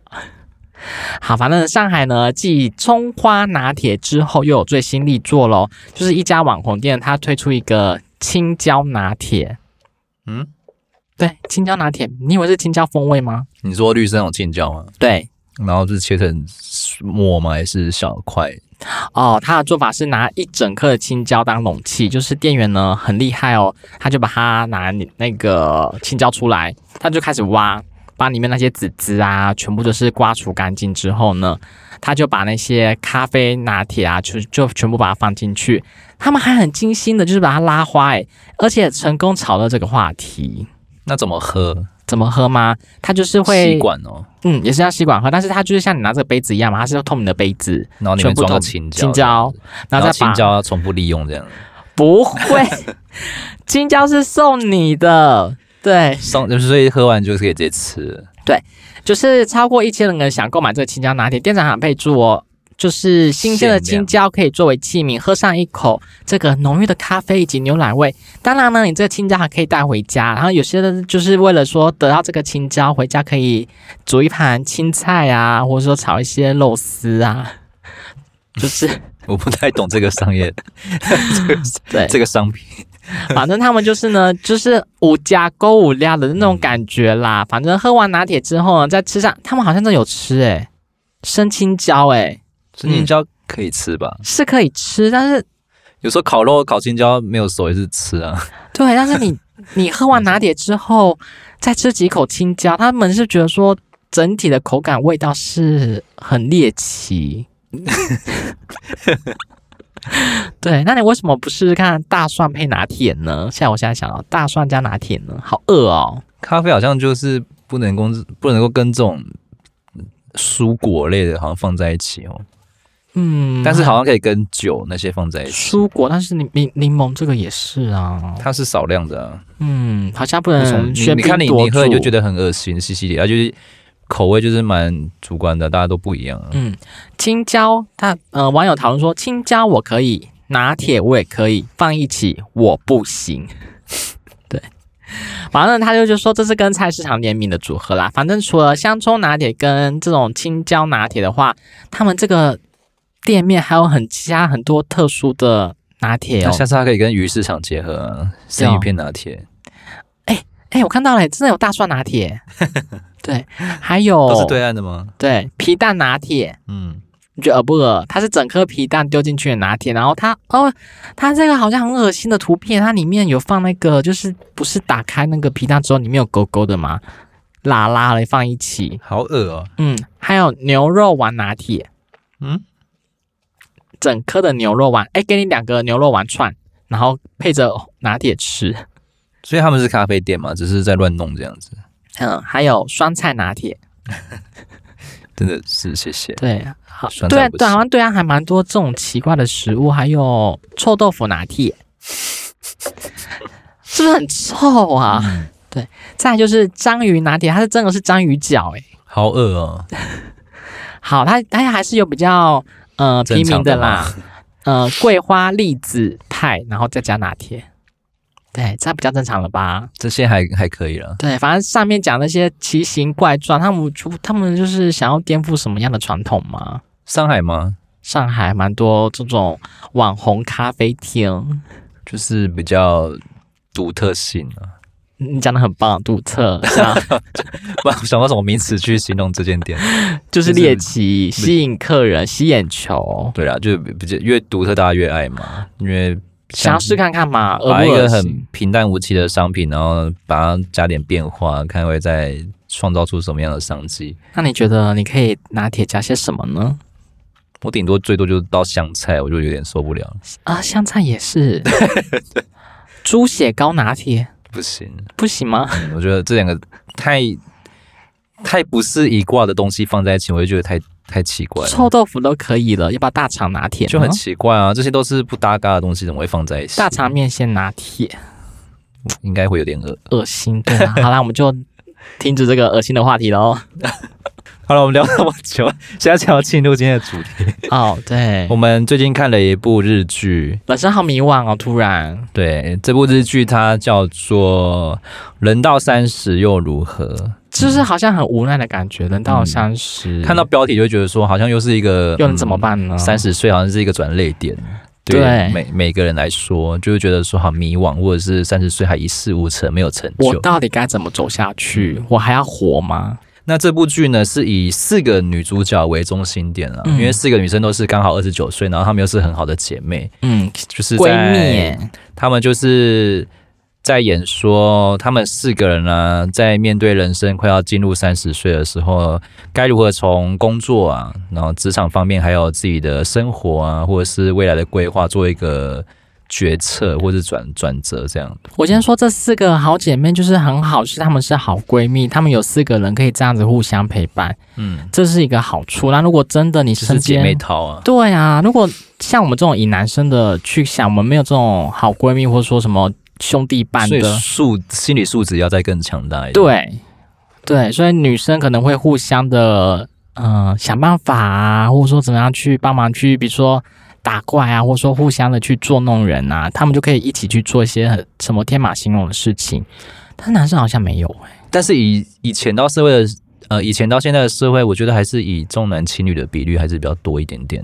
[SPEAKER 2] 好，反正上海呢，继葱花拿铁之后，又有最新力作喽，就是一家网红店，它推出一个青椒拿铁。
[SPEAKER 1] 嗯，
[SPEAKER 2] 对，青椒拿铁，你以为是青椒风味吗？
[SPEAKER 1] 你说绿色那种青椒吗？
[SPEAKER 2] 对，
[SPEAKER 1] 然后就是切成末吗？还是小块？
[SPEAKER 2] 哦，他的做法是拿一整颗的青椒当容器，就是店员呢很厉害哦，他就把它拿你那个青椒出来，他就开始挖，把里面那些籽籽啊，全部都是刮除干净之后呢，他就把那些咖啡拿铁啊，就就全部把它放进去。他们还很精心的，就是把它拉花诶，而且成功炒热这个话题。
[SPEAKER 1] 那怎么喝？
[SPEAKER 2] 怎么喝吗？它就是
[SPEAKER 1] 吸
[SPEAKER 2] 会，
[SPEAKER 1] 管哦，
[SPEAKER 2] 嗯，也是要吸管喝，但是它就是像你拿这个杯子一样嘛，它是透明的杯子，
[SPEAKER 1] 然后里面
[SPEAKER 2] 全部
[SPEAKER 1] 装个
[SPEAKER 2] 都
[SPEAKER 1] 青椒，
[SPEAKER 2] 青椒，然
[SPEAKER 1] 然
[SPEAKER 2] 后
[SPEAKER 1] 后
[SPEAKER 2] 再把
[SPEAKER 1] 青椒要重复利用这样，
[SPEAKER 2] 不会， [laughs] 青椒是送你的。对，
[SPEAKER 1] 送所以喝完就是可以直接吃了。
[SPEAKER 2] 就是超过一千人想购买这个青椒拿铁，店长还备注哦，就是新鲜的
[SPEAKER 1] 限量
[SPEAKER 2] 青椒可以作为器皿，喝上一口这个浓郁的咖啡以及牛奶味。当然呢，你这个青椒还可以带回家，然后有些人就是为了说得到这个青椒，回家可以煮一盘青菜啊，或者说炒一些肉丝啊，就是
[SPEAKER 1] 我不太懂这个商业
[SPEAKER 2] [laughs] 对。
[SPEAKER 1] 这个商品， [laughs]
[SPEAKER 2] 反正他们就是呢，就是五加勾五料的那种感觉啦。反正喝完拿铁之后呢，再吃上，他们好像真的有吃诶、生青椒诶、嗯
[SPEAKER 1] 生青椒可以吃吧？
[SPEAKER 2] 是可以吃，但是
[SPEAKER 1] 有时候烤肉烤青椒没有熟也是吃啊，
[SPEAKER 2] 对，但是
[SPEAKER 1] [laughs]
[SPEAKER 2] 你你喝完拿铁之后，再吃几口青椒，他们是觉得说整体的口感味道是很猎
[SPEAKER 1] [laughs]
[SPEAKER 2] 奇。对，那你为什么不试试看大蒜配拿铁呢？像我现在想到大蒜加拿铁呢，好饿哦。
[SPEAKER 1] 咖啡好像就是不能够不能够跟这种蔬果类的好像放在一起哦，
[SPEAKER 2] 嗯，
[SPEAKER 1] 但是好像可以跟酒那些放在一起，哦
[SPEAKER 2] 蔬果，但是柠柠柠檬这个也是啊，
[SPEAKER 1] 它是少量的、啊，
[SPEAKER 2] 嗯，好像不
[SPEAKER 1] 不从
[SPEAKER 2] 能
[SPEAKER 1] 你
[SPEAKER 2] 喧
[SPEAKER 1] 你看
[SPEAKER 2] 宾
[SPEAKER 1] 你
[SPEAKER 2] 夺
[SPEAKER 1] 你
[SPEAKER 2] 主。
[SPEAKER 1] 喝你就觉得很恶心，稀稀的，而就是口味就是蛮主观的，大家都不一样啊。
[SPEAKER 2] 嗯，青椒，他呃网友讨论说，青椒我可以，拿铁我也可以，放一起我不行。 [laughs] 对，反正他就就说这是跟菜市场联名的组合啦。反正除了香葱拿铁跟这种青椒拿铁的话，他们这个店面还有很其他很多特殊的拿铁
[SPEAKER 1] 那
[SPEAKER 2] 哦。
[SPEAKER 1] 下次它可以跟鱼市场结合、啊，生鱼片拿铁
[SPEAKER 2] 哎、我看到了，真的有大蒜
[SPEAKER 1] [laughs]
[SPEAKER 2] 拿铁。对，还有
[SPEAKER 1] 都是对岸的吗？
[SPEAKER 2] 对皮蛋拿铁，
[SPEAKER 1] 嗯，
[SPEAKER 2] 你觉得恶不恶？它是整颗皮蛋丢进去的拿铁，然后它哦，它这个好像很恶心的图片，它里面有放那个，就是不是打开那个皮蛋之后里面有勾勾的吗？拉拉的放一起，
[SPEAKER 1] 好恶哦、
[SPEAKER 2] 嗯，还有牛肉丸拿铁，
[SPEAKER 1] 嗯，
[SPEAKER 2] 整颗的牛肉丸，哎，给你两个牛肉丸串，然后配着拿铁吃，
[SPEAKER 1] 所以他们是咖啡店嘛，只是在乱弄这样子，
[SPEAKER 2] 嗯，还有酸菜拿铁，
[SPEAKER 1] 真的是谢谢。
[SPEAKER 2] 对，好，
[SPEAKER 1] 酸
[SPEAKER 2] 对
[SPEAKER 1] 菜
[SPEAKER 2] 啊
[SPEAKER 1] 不
[SPEAKER 2] 对啊，
[SPEAKER 1] 行
[SPEAKER 2] 好像对啊，还蛮多这种奇怪的食物，还有臭豆腐拿铁， [laughs] 是不是很臭啊？
[SPEAKER 1] 嗯
[SPEAKER 2] [laughs] 对，再来就是章鱼拿铁，它是真的是章鱼脚诶、
[SPEAKER 1] 好饿哦、
[SPEAKER 2] 好，它它还是有比较呃
[SPEAKER 1] 正
[SPEAKER 2] 平民
[SPEAKER 1] 常的
[SPEAKER 2] 啦，呃桂花栗子派，然后再加拿铁，对，这样比较正常了吧？
[SPEAKER 1] 这些还还可以了。
[SPEAKER 2] 对，反正上面讲那些奇形怪状，他们就他们就是想要颠覆什么样的传统吗？
[SPEAKER 1] 上海吗？
[SPEAKER 2] 上海蛮多这种网红咖啡厅，
[SPEAKER 1] 就是比较独特性啊， [laughs]
[SPEAKER 2] 你讲的很棒，独特，是吧
[SPEAKER 1] 不然我想到什么名词去形容这间店。
[SPEAKER 2] 就是猎奇、吸引客人、吸眼球，
[SPEAKER 1] 对啦，就比较越独特，大家越爱嘛，因为
[SPEAKER 2] 想要试看看嘛，恶
[SPEAKER 1] 把
[SPEAKER 2] 不
[SPEAKER 1] 一
[SPEAKER 2] 恶
[SPEAKER 1] 个
[SPEAKER 2] 心？
[SPEAKER 1] 很平淡无奇的商品，然后把它加点变化，看会再创造出什么样的商机。
[SPEAKER 2] 那你觉得你可以拿铁加些什么呢？
[SPEAKER 1] 我顶多最多就到香菜，我就有点受不了，
[SPEAKER 2] 啊，香菜也是，
[SPEAKER 1] [laughs]
[SPEAKER 2] 猪血糕拿铁
[SPEAKER 1] 不行。嗯
[SPEAKER 2] 不行吗？
[SPEAKER 1] 我觉得这两个太太不是一挂的东西放在一起，我就觉得太太奇怪了，
[SPEAKER 2] 臭豆腐都可以了，要不要大肠拿铁呢？
[SPEAKER 1] 就很奇怪啊！这些都是不搭嘎的东西，怎么会放在一起？
[SPEAKER 2] 大肠面线拿铁，
[SPEAKER 1] 应该会有点饿。
[SPEAKER 2] 恶心。对啊， [laughs] 好啦，我们就停止这个恶心的话题喽。
[SPEAKER 1] [laughs] 好了，我们聊那么久，现在才要进入今天的主题。
[SPEAKER 2] 哦，对
[SPEAKER 1] 我，们最近看了一部日剧，
[SPEAKER 2] 人生好迷惘哦，突然。
[SPEAKER 1] 对，这部日剧它叫做《人到三十又如何》。
[SPEAKER 2] 就是好像很无奈的感觉，人到三十、
[SPEAKER 1] 看到标题就会觉得说，好像又是一个
[SPEAKER 2] 又能怎么办呢？
[SPEAKER 1] 三十岁好像是一个转捩点，对
[SPEAKER 2] 啊对
[SPEAKER 1] 每每个人来说，就会觉得说好迷惘，或者是三十岁还一事无成，没有成
[SPEAKER 2] 我
[SPEAKER 1] 就。
[SPEAKER 2] 到底该怎么走下去？我还要活吗？
[SPEAKER 1] 那这部剧呢，是以四个女主角为中心点了，
[SPEAKER 2] 嗯
[SPEAKER 1] 因为四个女生都是刚好二十九岁，然后她们又是很好的姐妹，
[SPEAKER 2] 嗯，
[SPEAKER 1] 就是
[SPEAKER 2] 闺
[SPEAKER 1] 在
[SPEAKER 2] 蜜耶，
[SPEAKER 1] 他们就是在演说，他们四个人呢、在面对人生快要进入三十岁的时候，该如何从工作啊，然后职场方面，还有自己的生活啊，或者是未来的规划，做一个决策或是转转折这样。
[SPEAKER 2] 我先说这四个好姐妹就是很好，是她们是好闺蜜，她们有四个人可以这样子互相陪伴，
[SPEAKER 1] 嗯，
[SPEAKER 2] 这是一个好处。那如果真的你
[SPEAKER 1] 这是
[SPEAKER 2] 身
[SPEAKER 1] 姐妹
[SPEAKER 2] 边，
[SPEAKER 1] 淘啊。
[SPEAKER 2] 对啊，如果像我们这种以男生的去想，我们没有这种好闺蜜或者说什么兄弟伴
[SPEAKER 1] 所以
[SPEAKER 2] 的，
[SPEAKER 1] 素心理素质要再更强大一点。，
[SPEAKER 2] 对对，所以女生可能会互相的，嗯、想办法啊，或者说怎么样去帮忙去，比如说打怪啊，或者说互相的去捉弄人啊，他们就可以一起去做一些很什么天马行空的事情。但男生好像没有哎、
[SPEAKER 1] 但是以以前到社会的呃，以前到现在的社会，我觉得还是以重男轻女的比率还是比较多一点点。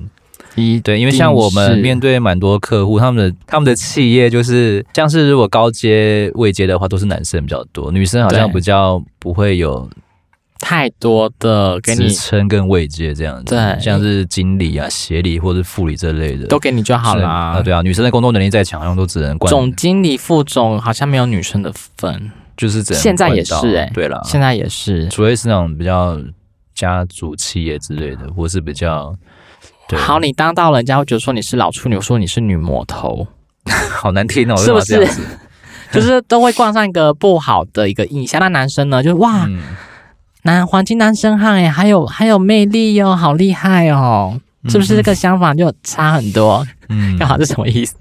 [SPEAKER 2] 一
[SPEAKER 1] 嗯对，因为像我
[SPEAKER 2] 定
[SPEAKER 1] 们
[SPEAKER 2] 是
[SPEAKER 1] 面对蛮多客户，他们的他们的企业就是像是如果高阶位阶的话，都是男生比较多，女生好像
[SPEAKER 2] 对
[SPEAKER 1] 比较不会有
[SPEAKER 2] 太多的给
[SPEAKER 1] 职
[SPEAKER 2] 你
[SPEAKER 1] 称跟位阶这样子，
[SPEAKER 2] 对
[SPEAKER 1] 像是经理啊、协理或者副理这类的
[SPEAKER 2] 都给你就好
[SPEAKER 1] 是啊，
[SPEAKER 2] 啦。
[SPEAKER 1] 对啊，女生的工作能力再强，好像都只能管，
[SPEAKER 2] 总经理、副总好像没有女生的
[SPEAKER 1] 嗯
[SPEAKER 2] 份，
[SPEAKER 1] 就是只能
[SPEAKER 2] 现在也
[SPEAKER 1] 管到
[SPEAKER 2] 是欸
[SPEAKER 1] 对啦，
[SPEAKER 2] 现在也是。
[SPEAKER 1] 除非是那种比较家族企业之类的，或是比较对
[SPEAKER 2] 好，你当到人家会觉得说你是老处女，说你是女魔头。
[SPEAKER 1] 好难听哦，
[SPEAKER 2] 是不是
[SPEAKER 1] 为什么要这样子？
[SPEAKER 2] [laughs] 就是都会冠上一个不好的一个印象。那男生呢，就是哇，
[SPEAKER 1] 嗯
[SPEAKER 2] 男黄金单身汉哎，还有还有魅力哟、好厉害哦，是不是这个想法就差很多？ [laughs]
[SPEAKER 1] 嗯
[SPEAKER 2] 刚、好是什
[SPEAKER 1] [laughs]
[SPEAKER 2] 么意思？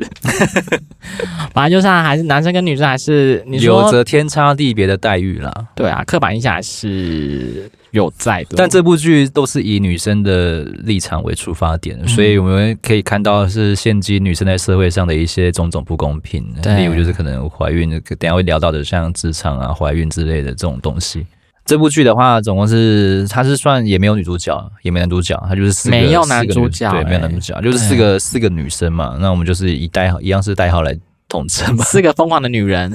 [SPEAKER 2] 反正就是、啊、还是男生跟女生还是你
[SPEAKER 1] 有
[SPEAKER 2] 说
[SPEAKER 1] 着天差地别的待遇啦。
[SPEAKER 2] 对啊，刻板印象还是有在的。
[SPEAKER 1] 但这部剧都是以女生的立场为出发点，所以我们可以看到是现今女生在社会上的一些种种不公平，
[SPEAKER 2] 对
[SPEAKER 1] 例如就是可能怀孕，等一下会聊到的像职场啊、怀孕之类的这种东西。这部剧的话，总共是它是算也没有女主角，也没男主角，它就是四个
[SPEAKER 2] 没有男主角
[SPEAKER 1] 四个女对，没有男主角，就是四个四个女生嘛。那我们就是以代号一样是代号来统称嘛。
[SPEAKER 2] [laughs] 四个疯狂的女
[SPEAKER 1] [laughs]
[SPEAKER 2] 人，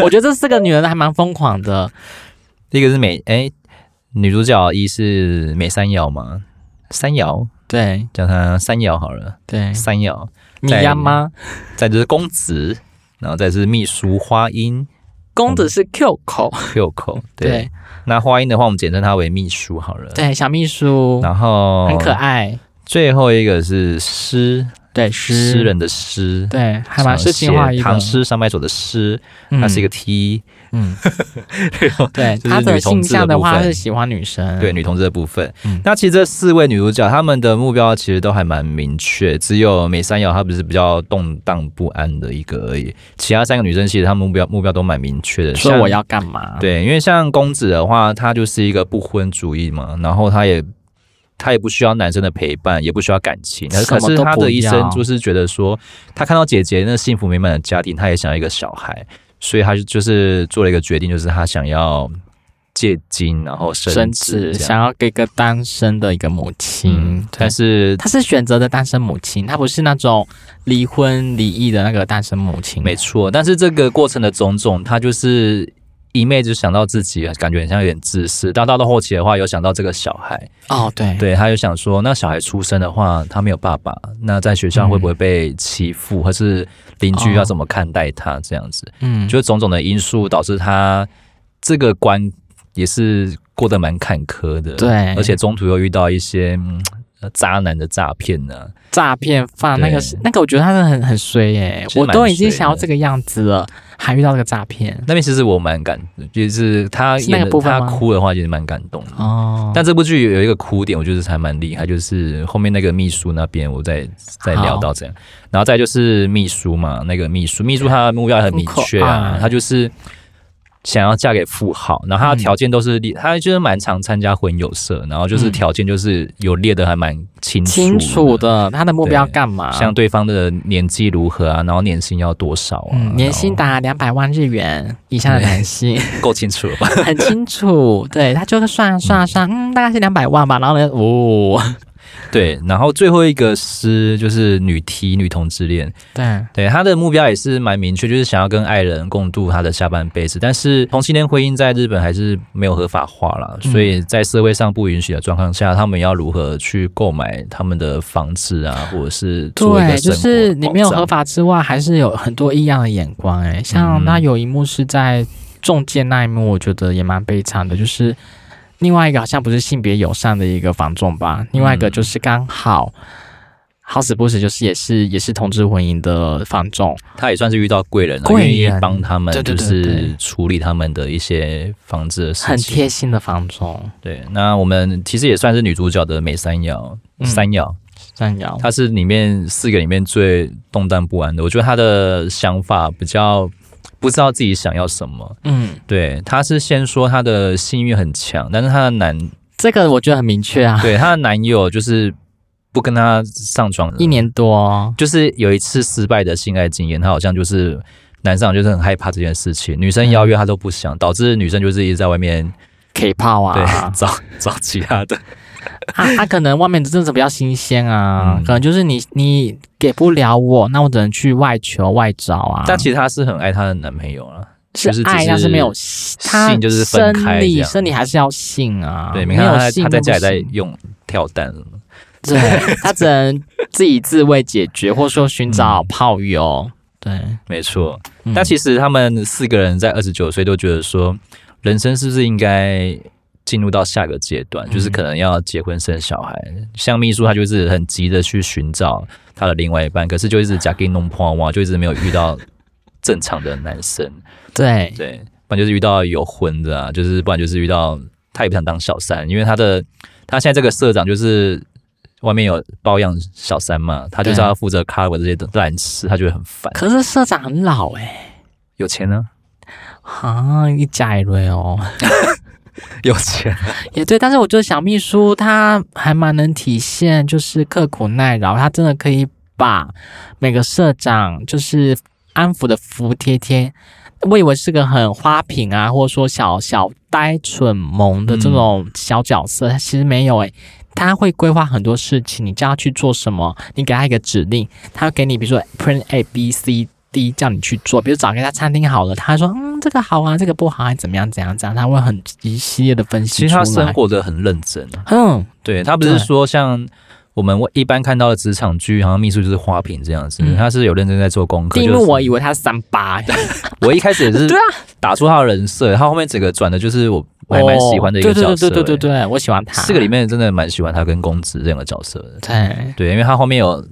[SPEAKER 2] 我觉得这四个女人还蛮疯狂的。
[SPEAKER 1] 第一个是美，哎，女主角一是美山瑶嘛，山瑶
[SPEAKER 2] 对
[SPEAKER 1] 叫她山瑶好了。
[SPEAKER 2] 对，
[SPEAKER 1] 山药，
[SPEAKER 2] 米娅吗？
[SPEAKER 1] 再就是公子，然后再是秘书花音
[SPEAKER 2] 公子是 Q 口，
[SPEAKER 1] Q 口。对，
[SPEAKER 2] 对
[SPEAKER 1] 那花音的话，我们简称她为秘书好了。
[SPEAKER 2] 对，小秘书
[SPEAKER 1] 然后
[SPEAKER 2] 很可。爱，
[SPEAKER 1] 最后一个是诗，
[SPEAKER 2] 对
[SPEAKER 1] 诗人的诗，
[SPEAKER 2] 对，还蛮诗情画意的。
[SPEAKER 1] 唐诗三百首的诗，它是一个 T， [laughs]
[SPEAKER 2] 嗯，嗯对，
[SPEAKER 1] 就是
[SPEAKER 2] 他
[SPEAKER 1] 女同
[SPEAKER 2] 的性
[SPEAKER 1] 志的
[SPEAKER 2] 向的
[SPEAKER 1] 部
[SPEAKER 2] 话
[SPEAKER 1] 分
[SPEAKER 2] 是喜欢女生，
[SPEAKER 1] 对女同志的部分
[SPEAKER 2] 嗯。
[SPEAKER 1] 那其实这四位女主角，她们的目标其实都还蛮明确，只有美山瑶她不是比较动荡不安的一个而已，其他三个女生其实她们目标目标都蛮明确的。
[SPEAKER 2] 说
[SPEAKER 1] 像
[SPEAKER 2] 我要干嘛？，
[SPEAKER 1] 对，因为像公子的话，他就是一个不婚主义嘛，然后他也他也不需要男生的陪伴，也不需要感情，
[SPEAKER 2] 什
[SPEAKER 1] 可
[SPEAKER 2] 么
[SPEAKER 1] 是
[SPEAKER 2] 都
[SPEAKER 1] 他
[SPEAKER 2] 不
[SPEAKER 1] 的一生
[SPEAKER 2] 要
[SPEAKER 1] 就是觉得说，他看到姐姐那幸福美满的家庭，他也想要一个小孩，所以他就就是做了一个决定，就是他想要借精然后
[SPEAKER 2] 甚
[SPEAKER 1] 生
[SPEAKER 2] 至
[SPEAKER 1] 子这
[SPEAKER 2] 想
[SPEAKER 1] 样。
[SPEAKER 2] 要给一个单身的一个母亲
[SPEAKER 1] 嗯，，但是
[SPEAKER 2] 他是选择的单身母亲，他不是那种离婚离异的那个单身母亲，
[SPEAKER 1] 没错，但是这个过程的种种，他就是。一昧就想到自己，感觉很像有点自私。但到到后期的话，有想到这个小孩，
[SPEAKER 2] 哦，对，
[SPEAKER 1] 对，他就想说，那小孩出生的话，他没有爸爸，那在学校会不会被欺负，或是邻居要怎么看待他这样子？
[SPEAKER 2] 嗯，
[SPEAKER 1] 就种种的因素导致他这个关也是过得蛮坎坷的。，
[SPEAKER 2] 对，
[SPEAKER 1] 而且中途又遇到一些、嗯呃渣男的诈骗啊呢。
[SPEAKER 2] 诈骗犯那个
[SPEAKER 1] 对
[SPEAKER 2] 是那个，我觉得他是很很衰耶
[SPEAKER 1] 其，实
[SPEAKER 2] 我
[SPEAKER 1] 蛮
[SPEAKER 2] 都已经
[SPEAKER 1] 衰
[SPEAKER 2] 想要
[SPEAKER 1] 的
[SPEAKER 2] 这个样子了，还遇到这个诈骗
[SPEAKER 1] 那边其实我蛮感，就是他
[SPEAKER 2] 是
[SPEAKER 1] 演
[SPEAKER 2] 那个
[SPEAKER 1] 的
[SPEAKER 2] 部分
[SPEAKER 1] 他
[SPEAKER 2] 吗
[SPEAKER 1] 哭的话，其实蛮感动的。
[SPEAKER 2] 哦，
[SPEAKER 1] 嗯但这部剧有一个哭点，我觉得还蛮厉害，就是后面那个秘书那边，我再再聊到这样。然后再就是秘书嘛，那个秘书，秘书她的目标很明确
[SPEAKER 2] 很可
[SPEAKER 1] 啊
[SPEAKER 2] 爱，
[SPEAKER 1] 她就是想要嫁给富豪，然后她的条件都是列，她就是蛮常参加婚友社，然后就是
[SPEAKER 2] 嗯
[SPEAKER 1] 条件就是有列的还蛮清楚
[SPEAKER 2] 清楚
[SPEAKER 1] 的。
[SPEAKER 2] 的他的目标要
[SPEAKER 1] 对
[SPEAKER 2] 干嘛？
[SPEAKER 1] 像对方的年纪如何啊，然后年薪要多少啊？
[SPEAKER 2] 嗯，年薪
[SPEAKER 1] 然
[SPEAKER 2] 达两百万日元以下的男性，
[SPEAKER 1] 后
[SPEAKER 2] [laughs]
[SPEAKER 1] 够清楚了吧？ [laughs]
[SPEAKER 2] 很清楚。对他就是算啊算啊算啊，嗯，大概是两百万吧。然后呢，哦，
[SPEAKER 1] 对，然后最后一个是就是女 T 女同志恋，
[SPEAKER 2] 对，
[SPEAKER 1] 对，他的目标也是蛮明确，就是想要跟爱人共度他的下半辈子。但是同性恋婚姻在日本还是没有合法化啦，
[SPEAKER 2] 嗯
[SPEAKER 1] 所以在社会上不允许的状况下，他们要如何去购买他们的房子啊，或者是做一
[SPEAKER 2] 对，
[SPEAKER 1] 个
[SPEAKER 2] 就
[SPEAKER 1] 生活
[SPEAKER 2] 是你没有
[SPEAKER 1] 保障
[SPEAKER 2] 合法之外，还是有很多异样的眼光、欸。像
[SPEAKER 1] 嗯
[SPEAKER 2] 那有一幕是在中介那一幕，我觉得也蛮悲惨的，就是。另外一个好像不是性别友善的一个房仲吧，
[SPEAKER 1] 嗯
[SPEAKER 2] 另外一个就是刚好好死不死就是也是也是同志婚姻的房仲，
[SPEAKER 1] 他也算是遇到贵人了，啊
[SPEAKER 2] 贵
[SPEAKER 1] 愿意
[SPEAKER 2] 人
[SPEAKER 1] 帮他们
[SPEAKER 2] 对对
[SPEAKER 1] 就
[SPEAKER 2] 对
[SPEAKER 1] 是
[SPEAKER 2] 对
[SPEAKER 1] 处理他们的一些房子的事情。
[SPEAKER 2] 很贴心的房仲，
[SPEAKER 1] 对，那我们其实也算是女主角的美三瑶，
[SPEAKER 2] 嗯
[SPEAKER 1] 三瑶。
[SPEAKER 2] 三摇
[SPEAKER 1] 他是里面四个里面最动荡不安的。我觉得他的想法比较不知道自己想要什么。
[SPEAKER 2] 嗯，
[SPEAKER 1] 对，他是先说他的性欲很强，但是他的
[SPEAKER 2] [laughs]
[SPEAKER 1] 男
[SPEAKER 2] 这个我觉得很明确啊，
[SPEAKER 1] 对他的男友就是不跟他上床了
[SPEAKER 2] 一年多，
[SPEAKER 1] 就是有一次失败的性爱经验，他好像就是男上就是很害怕这件事情，女生邀约他都不想，导致女生就是一直在外面
[SPEAKER 2] 可以泡
[SPEAKER 1] 对、[laughs]，
[SPEAKER 2] 嗯啊
[SPEAKER 1] 找找其他的。
[SPEAKER 2] 啊，他可能外面真的比较新鲜啊，
[SPEAKER 1] 嗯
[SPEAKER 2] 可能就是你你给不了我，那我只能去外求外找啊。
[SPEAKER 1] 但其实她是很爱她的男朋友啊，就是
[SPEAKER 2] 是
[SPEAKER 1] 只
[SPEAKER 2] 爱，但
[SPEAKER 1] 是
[SPEAKER 2] 是没有他
[SPEAKER 1] 就是分开
[SPEAKER 2] 生
[SPEAKER 1] 这
[SPEAKER 2] 理
[SPEAKER 1] 样
[SPEAKER 2] 生理还是要性啊，
[SPEAKER 1] 对，
[SPEAKER 2] 没
[SPEAKER 1] 没看到
[SPEAKER 2] 有
[SPEAKER 1] 他
[SPEAKER 2] 性
[SPEAKER 1] 他在
[SPEAKER 2] 都不
[SPEAKER 1] 家里在
[SPEAKER 2] 行
[SPEAKER 1] 用跳蛋了。 [laughs]
[SPEAKER 2] 对他只能自己自慰解决，或者说寻找
[SPEAKER 1] 嗯
[SPEAKER 2] 炮友。对，
[SPEAKER 1] 没错，
[SPEAKER 2] 嗯
[SPEAKER 1] 但其实他们四个人在二十九岁都觉得说，人生是不是应该进入到下个阶
[SPEAKER 2] 嗯
[SPEAKER 1] 段，就是可能要结婚生小孩。像秘书，他就是很急的去寻找他的另外一半，可是就一直假给弄破啊哇，就一直没有遇到正常的男
[SPEAKER 2] [laughs]
[SPEAKER 1] 生。
[SPEAKER 2] 对
[SPEAKER 1] 对，不然就是遇到有婚的啊，就是不然就是遇到他也不想当小三，因为他的他现在这个社长就是外面有包养小三嘛，他就是
[SPEAKER 2] 对
[SPEAKER 1] 要负责 cover 这些烂事，他觉得很烦。
[SPEAKER 2] 可是社长很老哎、
[SPEAKER 1] 有钱呢？
[SPEAKER 2] 啊，一家一瑞哦，
[SPEAKER 1] [laughs] 有钱，
[SPEAKER 2] 也对。但是我觉得小秘书他还蛮能体现，就是刻苦耐劳，他真的可以把每个社长就是安抚的服服帖帖。我以为是个很花瓶啊，或者说小小呆蠢萌的这种小角色，其实没有诶、他会规划很多事情，你叫他去做什么，你给他一个指令，他会给你比如说 print A B C D 叫你去做，比如找一家餐厅好了，他会说嗯这个好啊，这个不好啊，怎么样怎样怎样，他会很一系列的分
[SPEAKER 1] 其
[SPEAKER 2] 析出
[SPEAKER 1] 实
[SPEAKER 2] 来。
[SPEAKER 1] 他生活的很认真。
[SPEAKER 2] 嗯，
[SPEAKER 1] 对他不是
[SPEAKER 2] 对
[SPEAKER 1] 说像我们一般看到的职场剧，好像秘书就是花瓶这样子，
[SPEAKER 2] 嗯
[SPEAKER 1] 他是有认真在做功课。
[SPEAKER 2] 第一
[SPEAKER 1] 就是
[SPEAKER 2] 幕我以为他是三八、欸，
[SPEAKER 1] 我一开始也是
[SPEAKER 2] [laughs] 对啊
[SPEAKER 1] 打出他的人设，他后面整个转的就是我我还蛮喜欢的一个
[SPEAKER 2] 哦对
[SPEAKER 1] 角色。哎
[SPEAKER 2] 对对对对对对，我喜欢他。
[SPEAKER 1] 啊四个里面真的蛮喜欢他跟公子这两个角色的。
[SPEAKER 2] 对，
[SPEAKER 1] 对，因为他后面有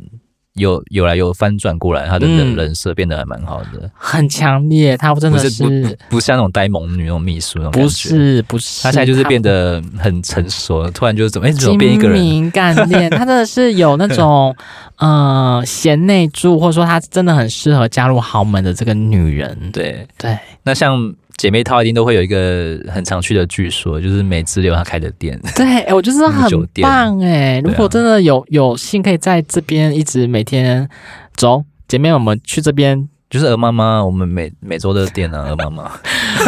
[SPEAKER 1] 有有来有翻转过来，他的人
[SPEAKER 2] 嗯
[SPEAKER 1] 人设变得还蛮好的，
[SPEAKER 2] 很强烈，他真
[SPEAKER 1] 不
[SPEAKER 2] 的
[SPEAKER 1] 是
[SPEAKER 2] 是
[SPEAKER 1] 不不不像那种呆萌女那种秘书那种感
[SPEAKER 2] 不
[SPEAKER 1] 觉。
[SPEAKER 2] 是不是，
[SPEAKER 1] 他现在就是变得很成熟，突然就是怎么哎、怎么
[SPEAKER 2] 精
[SPEAKER 1] 变一个人？
[SPEAKER 2] 明干
[SPEAKER 1] [laughs]
[SPEAKER 2] 练，他真的是有那种呃贤内助，或者说他真的很适合加入豪门的这个女人。
[SPEAKER 1] 对，
[SPEAKER 2] 嗯对，
[SPEAKER 1] 那像姐妹套一定都会有一个很常去的据说，就是美之流他开的店。
[SPEAKER 2] [laughs] 对，哎我觉得这
[SPEAKER 1] 那个酒
[SPEAKER 2] 很
[SPEAKER 1] 店
[SPEAKER 2] 棒哎、如
[SPEAKER 1] 对啊
[SPEAKER 2] 果真的有有幸可以在这边一直每天走，姐妹我们去这边
[SPEAKER 1] 就是鹅妈妈，我们每每周的店啊，鹅妈
[SPEAKER 2] [laughs]
[SPEAKER 1] 妈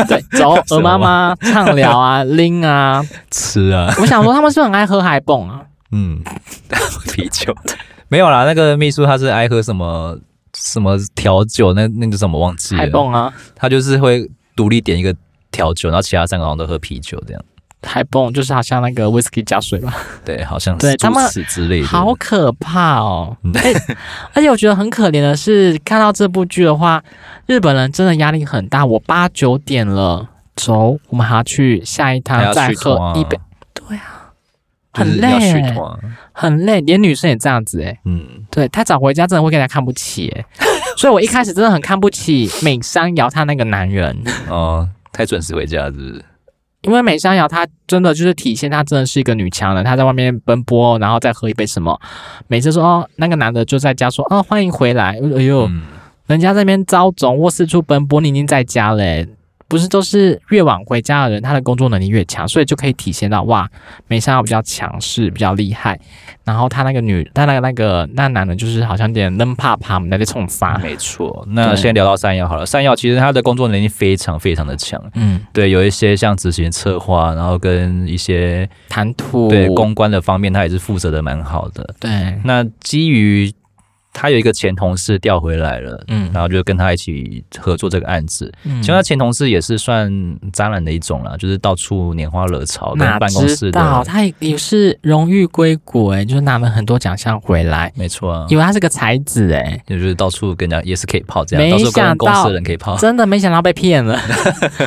[SPEAKER 2] 对
[SPEAKER 1] [laughs]
[SPEAKER 2] 走
[SPEAKER 1] 什么
[SPEAKER 2] 鹅妈妈畅聊啊拎啊，
[SPEAKER 1] 吃啊，
[SPEAKER 2] 我想说他们是不是很爱喝海
[SPEAKER 1] [laughs]
[SPEAKER 2] 蹦啊，
[SPEAKER 1] 嗯，啤酒 [laughs] 没有啦。那个秘书他是爱喝什么什么调酒，那那个什么忘记
[SPEAKER 2] 海
[SPEAKER 1] 了，
[SPEAKER 2] 蹦啊。
[SPEAKER 1] 他就是会独立点一个调酒，然后其他三个好像都喝啤酒这样。
[SPEAKER 2] 海蹦就是好像那个 whisky 加水吧，
[SPEAKER 1] 对，好像
[SPEAKER 2] 对
[SPEAKER 1] 是
[SPEAKER 2] 他
[SPEAKER 1] 诸
[SPEAKER 2] 们
[SPEAKER 1] 此之类的。
[SPEAKER 2] 好可怕哦！
[SPEAKER 1] 嗯
[SPEAKER 2] 哎、而且我觉得很可怜的是，看到这部剧的话，日本人真的压力很大。我八九点了，走，我们还要去下一
[SPEAKER 1] 还要
[SPEAKER 2] 趟再
[SPEAKER 1] 续
[SPEAKER 2] 喝
[SPEAKER 1] 团啊
[SPEAKER 2] 一杯，对啊，
[SPEAKER 1] 就
[SPEAKER 2] 很
[SPEAKER 1] 是
[SPEAKER 2] 累
[SPEAKER 1] 要续
[SPEAKER 2] 欸
[SPEAKER 1] 团，
[SPEAKER 2] 很累，连女生也这样子哎、
[SPEAKER 1] 嗯，
[SPEAKER 2] 对太早回家真的会给人家看不起哎、所以我一开始真的很看不起美商瑶她那个男人，
[SPEAKER 1] 哦，太准时回家是不是？
[SPEAKER 2] 因为美山瑶她真的就是体现她真的是一个女强人，她在外面奔波，然后再喝一杯什么，每次说哦那个男的就在家说哦欢迎回来，哎呦，
[SPEAKER 1] 嗯
[SPEAKER 2] 人家在那边招总或四处奔波，你已经在家嘞、不是都是越晚回家的人，他的工作能力越强，所以就可以体现到哇，梅山比较强势，比较厉害。然后他那个女，他那个那个那男人就是好像有点扔怕怕，我们在那冲发。
[SPEAKER 1] 没错。那
[SPEAKER 2] 啊对
[SPEAKER 1] 先聊到山药好了，山药其实他的工作能力非常非常的强，
[SPEAKER 2] 嗯，
[SPEAKER 1] 对，有一些像执行策划，然后跟一些
[SPEAKER 2] 谈吐
[SPEAKER 1] 对公关的方面，他也是负责的蛮好的。
[SPEAKER 2] 对，
[SPEAKER 1] 那基于他有一个前同事调回来了。
[SPEAKER 2] 嗯，
[SPEAKER 1] 然后就跟他一起合作这个案子，
[SPEAKER 2] 嗯
[SPEAKER 1] 其实他前同事也是算渣男的一种啦，就是到处拈花惹草，跟
[SPEAKER 2] 哪
[SPEAKER 1] 办公室
[SPEAKER 2] 知道
[SPEAKER 1] 的，
[SPEAKER 2] 他也也是荣誉归国哎、就是拿了很多奖项回来，
[SPEAKER 1] 没错啊，
[SPEAKER 2] 以为他是个才子哎、
[SPEAKER 1] 也就是到处跟人家也是可以泡这样，
[SPEAKER 2] 没
[SPEAKER 1] 到处跟
[SPEAKER 2] 想
[SPEAKER 1] 公司
[SPEAKER 2] 到
[SPEAKER 1] 的人可以泡。
[SPEAKER 2] 真的没想到被骗
[SPEAKER 1] [laughs]
[SPEAKER 2] 了，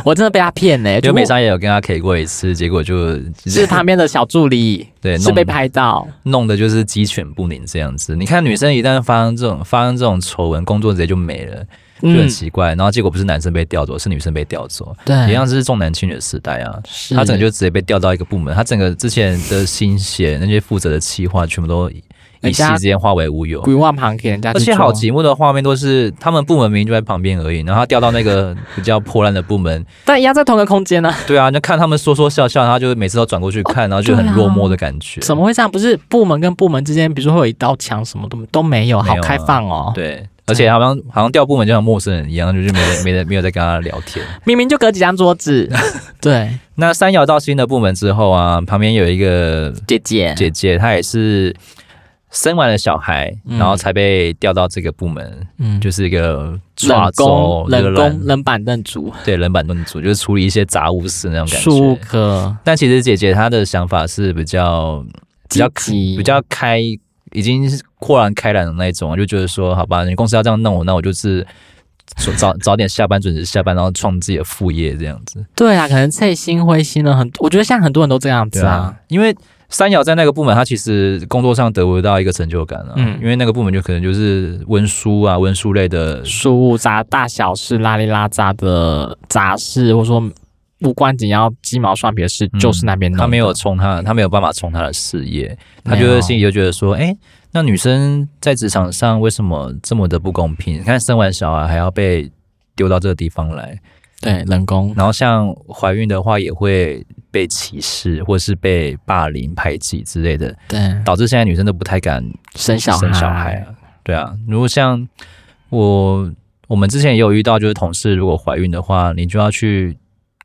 [SPEAKER 2] 我真的被他骗了、欸，
[SPEAKER 1] 就美
[SPEAKER 2] 是
[SPEAKER 1] 商也有跟他 K 过一次，结果就是
[SPEAKER 2] 旁边的小助理
[SPEAKER 1] 对弄
[SPEAKER 2] 是被拍到，
[SPEAKER 1] 弄的就是鸡犬不宁这样子。你看女生一旦发生这种发生这种丑闻，工作直接就没了，就很
[SPEAKER 2] 嗯，
[SPEAKER 1] 奇怪。然后结果不是男生被调走，是女生被调走，
[SPEAKER 2] 对，
[SPEAKER 1] 一样是重男轻女的时代啊。
[SPEAKER 2] 哎是
[SPEAKER 1] 他整个就直接被调到一个部门，他整个之前的心血，那些负责的企划，全部都以一
[SPEAKER 2] 人
[SPEAKER 1] 夕
[SPEAKER 2] 家
[SPEAKER 1] 之间化为乌有。
[SPEAKER 2] 鬼万旁给人家去
[SPEAKER 1] 而
[SPEAKER 2] 做，
[SPEAKER 1] 且好节目的画面都是他们部门明明就在旁边而已，然后他调到那个比较破烂的部门，
[SPEAKER 2] [laughs] 但一样在同个空间呢、
[SPEAKER 1] 对啊，就看他们说说笑笑，他就每次都转过去看，然后就很
[SPEAKER 2] 对啊
[SPEAKER 1] 落寞的感觉。
[SPEAKER 2] 怎么会这样？不是部门跟部门之间，比如说会有一道墙，什么都都没有，
[SPEAKER 1] 没有
[SPEAKER 2] 好
[SPEAKER 1] 啊
[SPEAKER 2] 开放哦。
[SPEAKER 1] 对，而且好像好像调部门就像陌生人一样，就是没 [laughs] 人没人没有在跟他聊天。
[SPEAKER 2] 明明就隔几张
[SPEAKER 1] [laughs]
[SPEAKER 2] 桌子。对，
[SPEAKER 1] 那三瑶到新的部门之后啊，旁边有一个
[SPEAKER 2] 姐姐，
[SPEAKER 1] 姐姐，她也是生完了小孩，
[SPEAKER 2] 嗯
[SPEAKER 1] 然后才被调到这个部门，
[SPEAKER 2] 嗯，
[SPEAKER 1] 就是一个抓
[SPEAKER 2] 冷
[SPEAKER 1] 周
[SPEAKER 2] 宫、冷宫、
[SPEAKER 1] 冷
[SPEAKER 2] 冷板凳族、
[SPEAKER 1] 对冷板凳组，就是处理一些杂物事那种感觉。
[SPEAKER 2] 数科、
[SPEAKER 1] 但其实姐姐她的想法是比较比较
[SPEAKER 2] 积极
[SPEAKER 1] 比较开，已经是豁然开朗的那一种，就觉得说，好吧，你公司要这样弄我，那我就是早早早点下班，准时下班，然后创自己的副业这样子。
[SPEAKER 2] 对啊，可能翠心灰心了很，我觉得现在很多人都这样子啊。，
[SPEAKER 1] 因为三瑶在那个部门，他其实工作上得不到一个成就感啊，
[SPEAKER 2] 嗯
[SPEAKER 1] 因为那个部门就可能就是文书啊，文书类的。
[SPEAKER 2] 书务杂大小事、拉里拉杂的杂事，或者说无关紧要、鸡毛蒜皮的事，
[SPEAKER 1] 嗯
[SPEAKER 2] 就是那边弄的
[SPEAKER 1] 他没有冲他，他没有办法冲他的事业，他
[SPEAKER 2] 没有
[SPEAKER 1] 就是心里就觉得说，哎、那女生在职场上为什么这么的不公平？你看生完小孩还要被丢到这个地方来，
[SPEAKER 2] 对冷宫，
[SPEAKER 1] 然后像怀孕的话，也会被歧视或是被霸凌、排挤之类的，
[SPEAKER 2] 对
[SPEAKER 1] 导致现在女生都不太敢
[SPEAKER 2] 生小孩，
[SPEAKER 1] 生小孩啊。对啊，如果像我，我们之前也有遇到，就是同事如果怀孕的话，你就要去，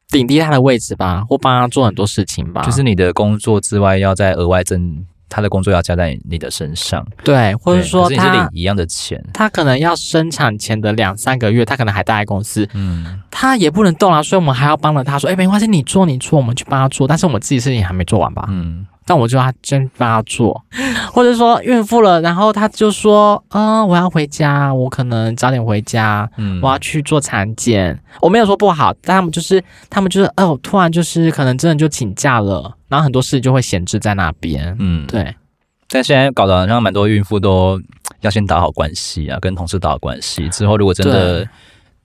[SPEAKER 2] 顶替他的位置吧，或帮他做很多事情吧，
[SPEAKER 1] 就是你的工作之外，要再额外增他的工作要加在你的身上，
[SPEAKER 2] 对，或者
[SPEAKER 1] 对
[SPEAKER 2] 说
[SPEAKER 1] 可是你是领
[SPEAKER 2] 他。
[SPEAKER 1] 一样的钱，
[SPEAKER 2] 他可能要生产前的两三个月，他可能还待在公司，
[SPEAKER 1] 嗯，
[SPEAKER 2] 他也不能动啊，所以我们还要帮了他说，哎、没关系，你做你做，我们去帮他做，但是我们自己事情还没做完吧？
[SPEAKER 1] 嗯，
[SPEAKER 2] 但我就要真帮他做， [laughs] 或者说孕妇了，然后他就说，嗯，我要回家，我可能早点回家，
[SPEAKER 1] 嗯
[SPEAKER 2] 我要去做产检。我没有说不好，但他们就是他们就是哦，突然就是可能真的就请假了，然后很多事情就会闲置在那边。
[SPEAKER 1] 嗯，
[SPEAKER 2] 对，
[SPEAKER 1] 但现在搞得好像蛮多孕妇都要先打好关系啊，跟同事打好关系。之后如果真的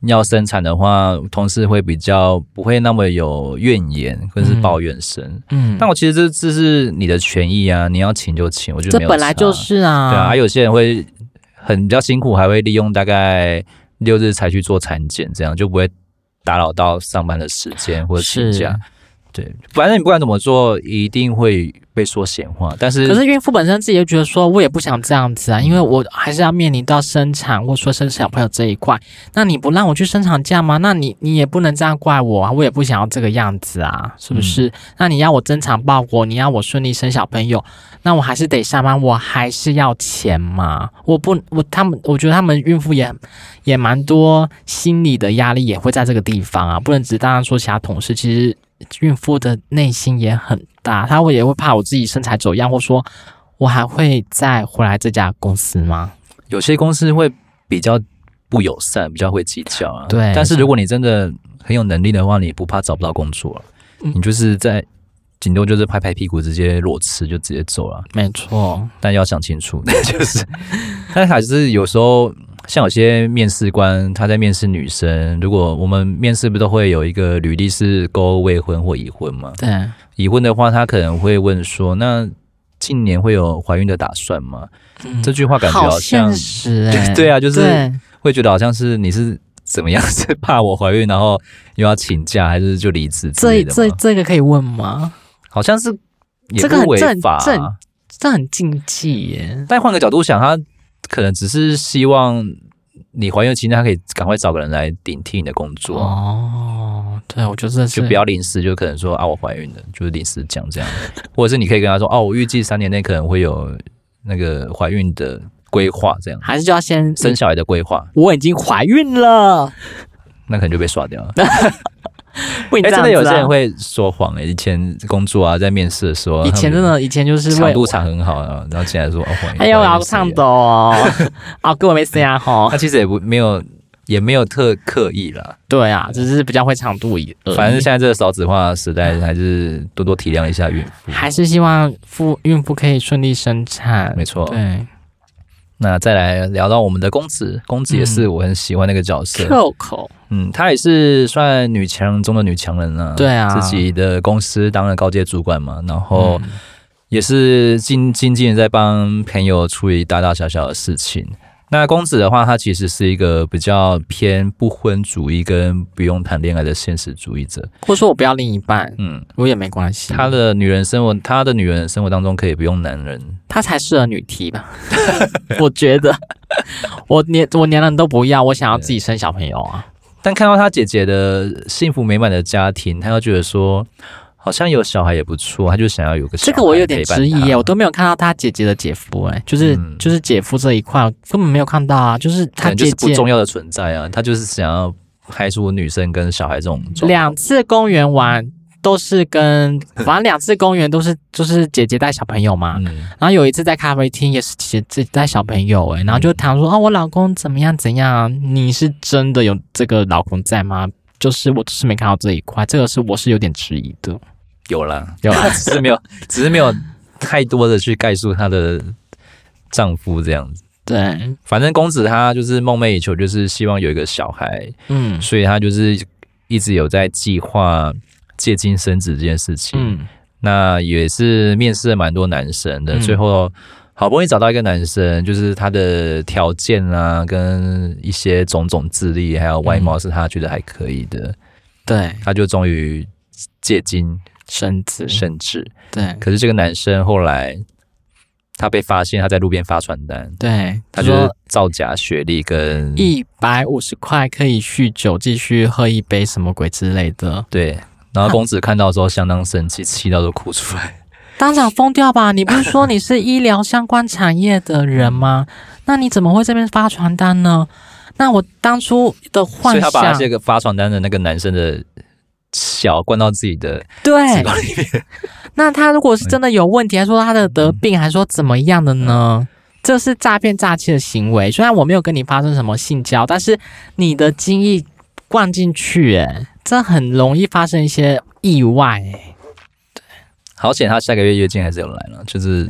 [SPEAKER 1] 要生产的话，同事会比较不会那么有怨言或者是抱怨声。
[SPEAKER 2] 嗯
[SPEAKER 1] 但我其实这这是你的权益啊，你要请就请，我觉得
[SPEAKER 2] 这
[SPEAKER 1] 没有
[SPEAKER 2] 本
[SPEAKER 1] 差
[SPEAKER 2] 来就是啊，
[SPEAKER 1] 对啊，还有些人会很比较辛苦，还会利用大概六日才去做产检，这样就不会打扰到上班的时间或者请
[SPEAKER 2] 是
[SPEAKER 1] 假。对，反正你不管怎么做，一定会被说闲话。但是
[SPEAKER 2] 可是孕妇本身自己就觉得说，我也不想这样子啊，因为我还是要面临到生产或说生小朋友这一块。那你不让我去生产假吗？那你你也不能这样怪我啊，我也不想要这个样子啊，是不是？那你要我增产报国，你要我顺利生小朋友，那我还是得上班，我还是要钱嘛。我不，我他们，我觉得他们孕妇也也蛮多心理的压力也会在这个地方啊，不能只当然说其他同事，其实。孕妇的内心也很大，她会也会怕我自己身材走样，或说我还会再回来这家公司吗？
[SPEAKER 1] 有些公司会比较不友善，比较会计较啊。
[SPEAKER 2] 对
[SPEAKER 1] 但是如果你真的很有能力的话，你不怕找不到工作了，
[SPEAKER 2] 嗯
[SPEAKER 1] 你就是在顶多就是拍拍屁股，直接裸辞就直接走了。
[SPEAKER 2] 没错，
[SPEAKER 1] 但要想清楚， [laughs] 就是，但还是有时候。像有些面试官，他在面试女生，如果我们面试不都会有一个履历是勾未婚或已婚吗？
[SPEAKER 2] 对，
[SPEAKER 1] 已婚的话，他可能会问说：“那近年会有怀孕的打算吗？”
[SPEAKER 2] 嗯
[SPEAKER 1] 这句话感觉
[SPEAKER 2] 好
[SPEAKER 1] 像
[SPEAKER 2] 现实哎、
[SPEAKER 1] [laughs] 对啊就是
[SPEAKER 2] 对
[SPEAKER 1] 会觉得好像是你是怎么样？ [laughs] 是怕我怀孕，然后又要请假，还是就离职之
[SPEAKER 2] 这
[SPEAKER 1] 类的
[SPEAKER 2] 这
[SPEAKER 1] 吗
[SPEAKER 2] 这个可以问吗？
[SPEAKER 1] 好像是也
[SPEAKER 2] 这个
[SPEAKER 1] 不
[SPEAKER 2] 很
[SPEAKER 1] 违
[SPEAKER 2] 这很
[SPEAKER 1] 法啊、
[SPEAKER 2] 这很这很禁忌耶。
[SPEAKER 1] 但换个角度想，他可能只是希望你怀孕期间，他可以赶快找个人来顶替你的工作，
[SPEAKER 2] 哦，对，我觉得这是
[SPEAKER 1] 就不要临时就可能说啊，我怀孕了，就是临时讲这样， [laughs] 或者是你可以跟他说哦、我预计三年内可能会有那个怀孕的规划，这样
[SPEAKER 2] 还是就要先
[SPEAKER 1] 生小孩的规划，
[SPEAKER 2] 我已经怀孕了，
[SPEAKER 1] 那可能就被刷掉了。
[SPEAKER 2] 不
[SPEAKER 1] 哎、
[SPEAKER 2] 能这
[SPEAKER 1] 真
[SPEAKER 2] 样子、啊
[SPEAKER 1] 的有些人，会说谎、欸，以前工作啊，在面试的时候，
[SPEAKER 2] 以前真的，以前就是
[SPEAKER 1] 他们
[SPEAKER 2] 为
[SPEAKER 1] 长度长很好，然后然后进来
[SPEAKER 2] [laughs]
[SPEAKER 1] 说哦，怀孕
[SPEAKER 2] 哎呦，我
[SPEAKER 1] 怀孕
[SPEAKER 2] 要
[SPEAKER 1] 是谁啊
[SPEAKER 2] 唱抖哦，
[SPEAKER 1] [laughs]
[SPEAKER 2] 啊，各位没事啊吼
[SPEAKER 1] 那，其实也不没有也没有特刻意啦。
[SPEAKER 2] 对啊，只是比较会长度呃已而已，
[SPEAKER 1] 反正现在这个少子化时代，还是多多体谅一下孕妇。
[SPEAKER 2] 还是希望妇孕妇可以顺利生产，
[SPEAKER 1] 没错
[SPEAKER 2] 对，
[SPEAKER 1] 那再来聊到我们的公子，公
[SPEAKER 2] 嗯
[SPEAKER 1] 子也是我很喜欢那个角色。
[SPEAKER 2] 扣口，
[SPEAKER 1] 嗯，她也是算女强人中的女强人啊。
[SPEAKER 2] 对啊嗯
[SPEAKER 1] 自己的公司当了高阶主管嘛，然后也是经经纪人在帮朋友处理大大小小的事情。那公子的话，他其实是一个比较偏不婚主义跟不用谈恋爱的现实主义者。
[SPEAKER 2] 或者说我不要另一半，
[SPEAKER 1] 嗯，
[SPEAKER 2] 我也没关系，
[SPEAKER 1] 他的女人生活，他的女人生活当中可以不用男人
[SPEAKER 2] 他才适合女 T [laughs] 吧，我觉得，我连我连人都不要，我想要自己生小朋友啊，
[SPEAKER 1] 但看到他姐姐的幸福美满的家庭，他又觉得说，好像有小孩也不错，他就想要有个小
[SPEAKER 2] 这
[SPEAKER 1] 孩
[SPEAKER 2] 个我有点
[SPEAKER 1] 陪伴
[SPEAKER 2] 质疑耶，啊
[SPEAKER 1] 他
[SPEAKER 2] 我都没有看到他姐姐的姐夫哎、就是、
[SPEAKER 1] 嗯
[SPEAKER 2] 就是姐夫这一块我根本没有看到啊，就是
[SPEAKER 1] 可
[SPEAKER 2] 他
[SPEAKER 1] 能就
[SPEAKER 2] 姐
[SPEAKER 1] 是不
[SPEAKER 2] 姐
[SPEAKER 1] 重要的存在啊，他就是想要排除女生跟小孩这种状
[SPEAKER 2] 两次公园玩都是跟，反正两次公园都是就是姐姐带小朋友嘛，
[SPEAKER 1] 嗯，
[SPEAKER 2] 然后有一次在咖啡厅也是姐姐自己带小朋友哎、然
[SPEAKER 1] 嗯
[SPEAKER 2] 后就谈说啊、我老公怎么样怎样啊，你是真的有这个老公在吗？就是我只是没看到这一块，这个是我是有点质疑的。
[SPEAKER 1] 有啦，
[SPEAKER 2] 有啊
[SPEAKER 1] [laughs] 只是没有，只是没有太多的去概述她的丈夫这样子。
[SPEAKER 2] 对，
[SPEAKER 1] 反正公子他就是梦寐以求，就是希望有一个小孩，
[SPEAKER 2] 嗯
[SPEAKER 1] 所以他就是一直有在计划借精生子这件事情。
[SPEAKER 2] 嗯，
[SPEAKER 1] 那也是面试了蛮多男生的，
[SPEAKER 2] 嗯
[SPEAKER 1] 最后好不容易找到一个男生，就是他的条件啊，跟一些种种智力还有外
[SPEAKER 2] 嗯
[SPEAKER 1] 貌是他觉得还可以的，
[SPEAKER 2] 对，
[SPEAKER 1] 他就终于借精
[SPEAKER 2] 生子，
[SPEAKER 1] 生子。
[SPEAKER 2] 对
[SPEAKER 1] 可是这个男生后来他被发现他在路边发传单，
[SPEAKER 2] 对，
[SPEAKER 1] 他就
[SPEAKER 2] 说
[SPEAKER 1] 是造假学历跟
[SPEAKER 2] 一百五十块可以酗酒，继续喝一杯什么鬼之类的，
[SPEAKER 1] 对。然后公子看到之后相当生
[SPEAKER 2] [laughs]
[SPEAKER 1] 气，气到都哭出来。
[SPEAKER 2] 当场疯掉吧？你不是说你是医疗相关产业的人 [laughs] 吗？那你怎么会这边发传单呢？那我当初的
[SPEAKER 1] 所
[SPEAKER 2] 幻
[SPEAKER 1] 以他
[SPEAKER 2] 想，
[SPEAKER 1] 把那个发传单的那个男生的小灌到自己的
[SPEAKER 2] 对
[SPEAKER 1] 子，宫里面。
[SPEAKER 2] 那他如果是真的有问题，还说他的得病，还说怎么样的呢？这是诈骗诈欺的行为。虽然我没有跟你发生什么性交，但是你的精液灌进去、欸，这很容易发生一些意外、欸。
[SPEAKER 1] 好险，他下个月月经还是有来了，就是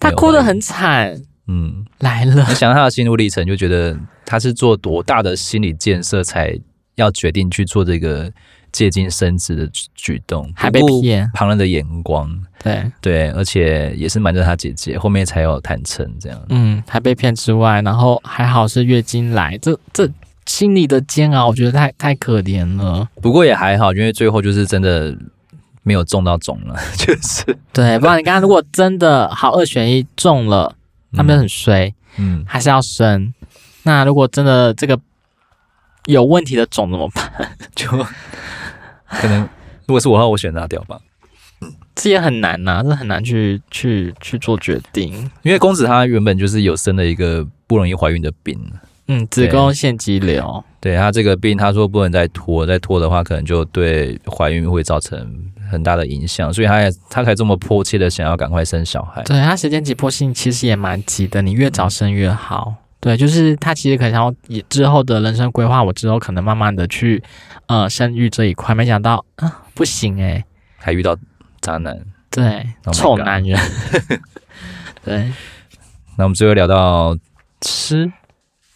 [SPEAKER 2] 他哭得很惨，
[SPEAKER 1] 嗯，
[SPEAKER 2] 哎来了
[SPEAKER 1] 你，想到他的心路历程，就觉得他是做多大的心理建设才要决定去做这个借精生子的举举动，
[SPEAKER 2] 还被
[SPEAKER 1] 不顾
[SPEAKER 2] 骗
[SPEAKER 1] 旁人的眼光，
[SPEAKER 2] 对，
[SPEAKER 1] 对，而且也是瞒着他姐姐，后面才有坦诚这样。
[SPEAKER 2] 嗯，还被骗之外，然后还好是月经来，这这心里的煎熬，我觉得太太可怜了。
[SPEAKER 1] 不过也还好，因为最后就是真的没有中到种了， [laughs] 就是
[SPEAKER 2] 对，不然你刚刚如果真的好二选一中了，他们就很衰。
[SPEAKER 1] 嗯，
[SPEAKER 2] 还是要生。那如果真的这个有问题的种怎么办？
[SPEAKER 1] 就可能如果是我的话，我选拿掉吧。
[SPEAKER 2] 这也很难呐、啊这很难去去去做决定。
[SPEAKER 1] 因为公子他原本就是有生了一个不容易怀孕的病，
[SPEAKER 2] 嗯，子
[SPEAKER 1] 对
[SPEAKER 2] 宫腺肌瘤，
[SPEAKER 1] 对他这个病，他说不能再拖，再拖的话，可能就对怀孕会造成很大的影响，所以他也他才这么迫切的想要赶快生小孩。
[SPEAKER 2] 对它时间紧迫性其实也蛮急的，你越早生越好。对，就是他其实可能想要以之后的人生规划，我之后可能慢慢的去呃生育这一块，没想到啊不行诶、
[SPEAKER 1] 还遇到渣男，
[SPEAKER 2] 对
[SPEAKER 1] Oh my
[SPEAKER 2] 臭
[SPEAKER 1] God
[SPEAKER 2] 男人， [laughs] 对，
[SPEAKER 1] 那我们最后聊到吃，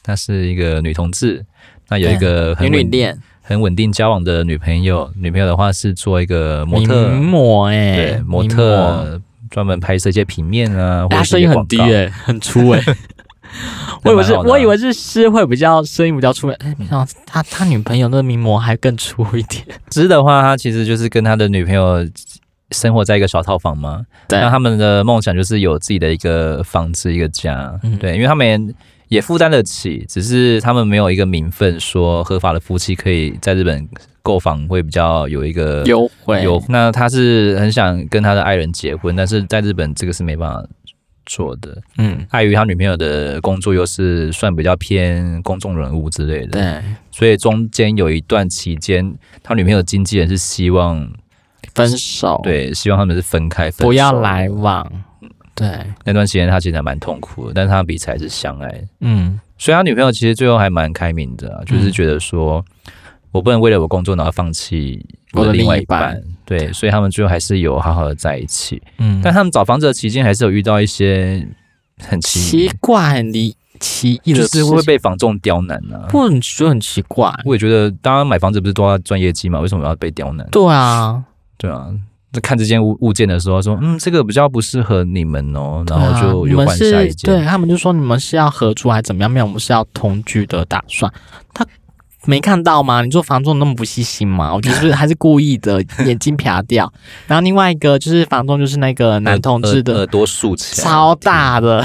[SPEAKER 1] 她是一个女同志，那有一个很
[SPEAKER 2] 女
[SPEAKER 1] 稳
[SPEAKER 2] 啊女恋
[SPEAKER 1] 很稳定交往的女朋友，女朋友的话是做一个模特，
[SPEAKER 2] 名模诶、
[SPEAKER 1] 对模
[SPEAKER 2] 名模
[SPEAKER 1] 特专门拍摄一些平面啊，或
[SPEAKER 2] 他
[SPEAKER 1] 者是
[SPEAKER 2] 声
[SPEAKER 1] 一
[SPEAKER 2] 音
[SPEAKER 1] 些
[SPEAKER 2] 很
[SPEAKER 1] 广
[SPEAKER 2] 低
[SPEAKER 1] 告 [laughs]
[SPEAKER 2] 哎、很粗哎、我以为
[SPEAKER 1] 还
[SPEAKER 2] 是，
[SPEAKER 1] 蛮好的啊嗯
[SPEAKER 2] 我以为是诗会比较声音比较出名，哎，没想到他他女朋友那个名模还更出一点。
[SPEAKER 1] 诗的话，他其实就是跟他的女朋友生活在一个小套房嘛。
[SPEAKER 2] 对
[SPEAKER 1] 那他们的梦想就是有自己的一个房子、一个家。
[SPEAKER 2] 嗯
[SPEAKER 1] 对，因为他们也也负担得起，只是他们没有一个名分说合法的夫妻可以在日本购房会比较有一个
[SPEAKER 2] 优惠
[SPEAKER 1] 有。那他是很想跟他的爱人结婚，但是在日本这个是没办法做的，
[SPEAKER 2] 嗯，
[SPEAKER 1] 碍于他女朋友的工作又是算比较偏公众人物之类的。
[SPEAKER 2] 对，
[SPEAKER 1] 所以中间有一段期间，他女朋友的经纪人是希望，
[SPEAKER 2] 分手，，
[SPEAKER 1] 对，希望他们是分开分手
[SPEAKER 2] 哦不要。来往，对，
[SPEAKER 1] 那段时间他其实还蛮痛苦的，但是他们彼此还是相爱。
[SPEAKER 2] 嗯，
[SPEAKER 1] 所以他女朋友其实最后还蛮开明的啊、就是觉得说、我不能为了我工作然后放弃我的另外一半。
[SPEAKER 2] 我的另
[SPEAKER 1] 对，所以他们最后还是有好好的在一起。
[SPEAKER 2] 嗯，
[SPEAKER 1] 但他们找房子的期间，还是有遇到一些很奇
[SPEAKER 2] 奇，怪，很离奇异的
[SPEAKER 1] 就
[SPEAKER 2] 事
[SPEAKER 1] 是
[SPEAKER 2] 情，
[SPEAKER 1] 会被房仲刁难啊。
[SPEAKER 2] 不，你觉得很奇怪？
[SPEAKER 1] 我也觉得，大家买房子不是都要赚业绩嘛？为什么要被刁难？
[SPEAKER 2] 对啊，
[SPEAKER 1] 对啊，在看这件物物件的时候说，嗯，这个比较不适合你们哦，然后就
[SPEAKER 2] 对啊你
[SPEAKER 1] 又
[SPEAKER 2] 们
[SPEAKER 1] 换下一
[SPEAKER 2] 是对
[SPEAKER 1] 件。
[SPEAKER 2] 他们就说你们是要合租还是怎么样？没有，我们是要同居的打算。他没看到吗？你做房仲那么不细心吗？我觉得是不是还是故意的，眼睛撇掉。然后另外一个就是房仲，就是那个男同志
[SPEAKER 1] 耳
[SPEAKER 2] 的，
[SPEAKER 1] 耳朵竖起来，
[SPEAKER 2] 超大的，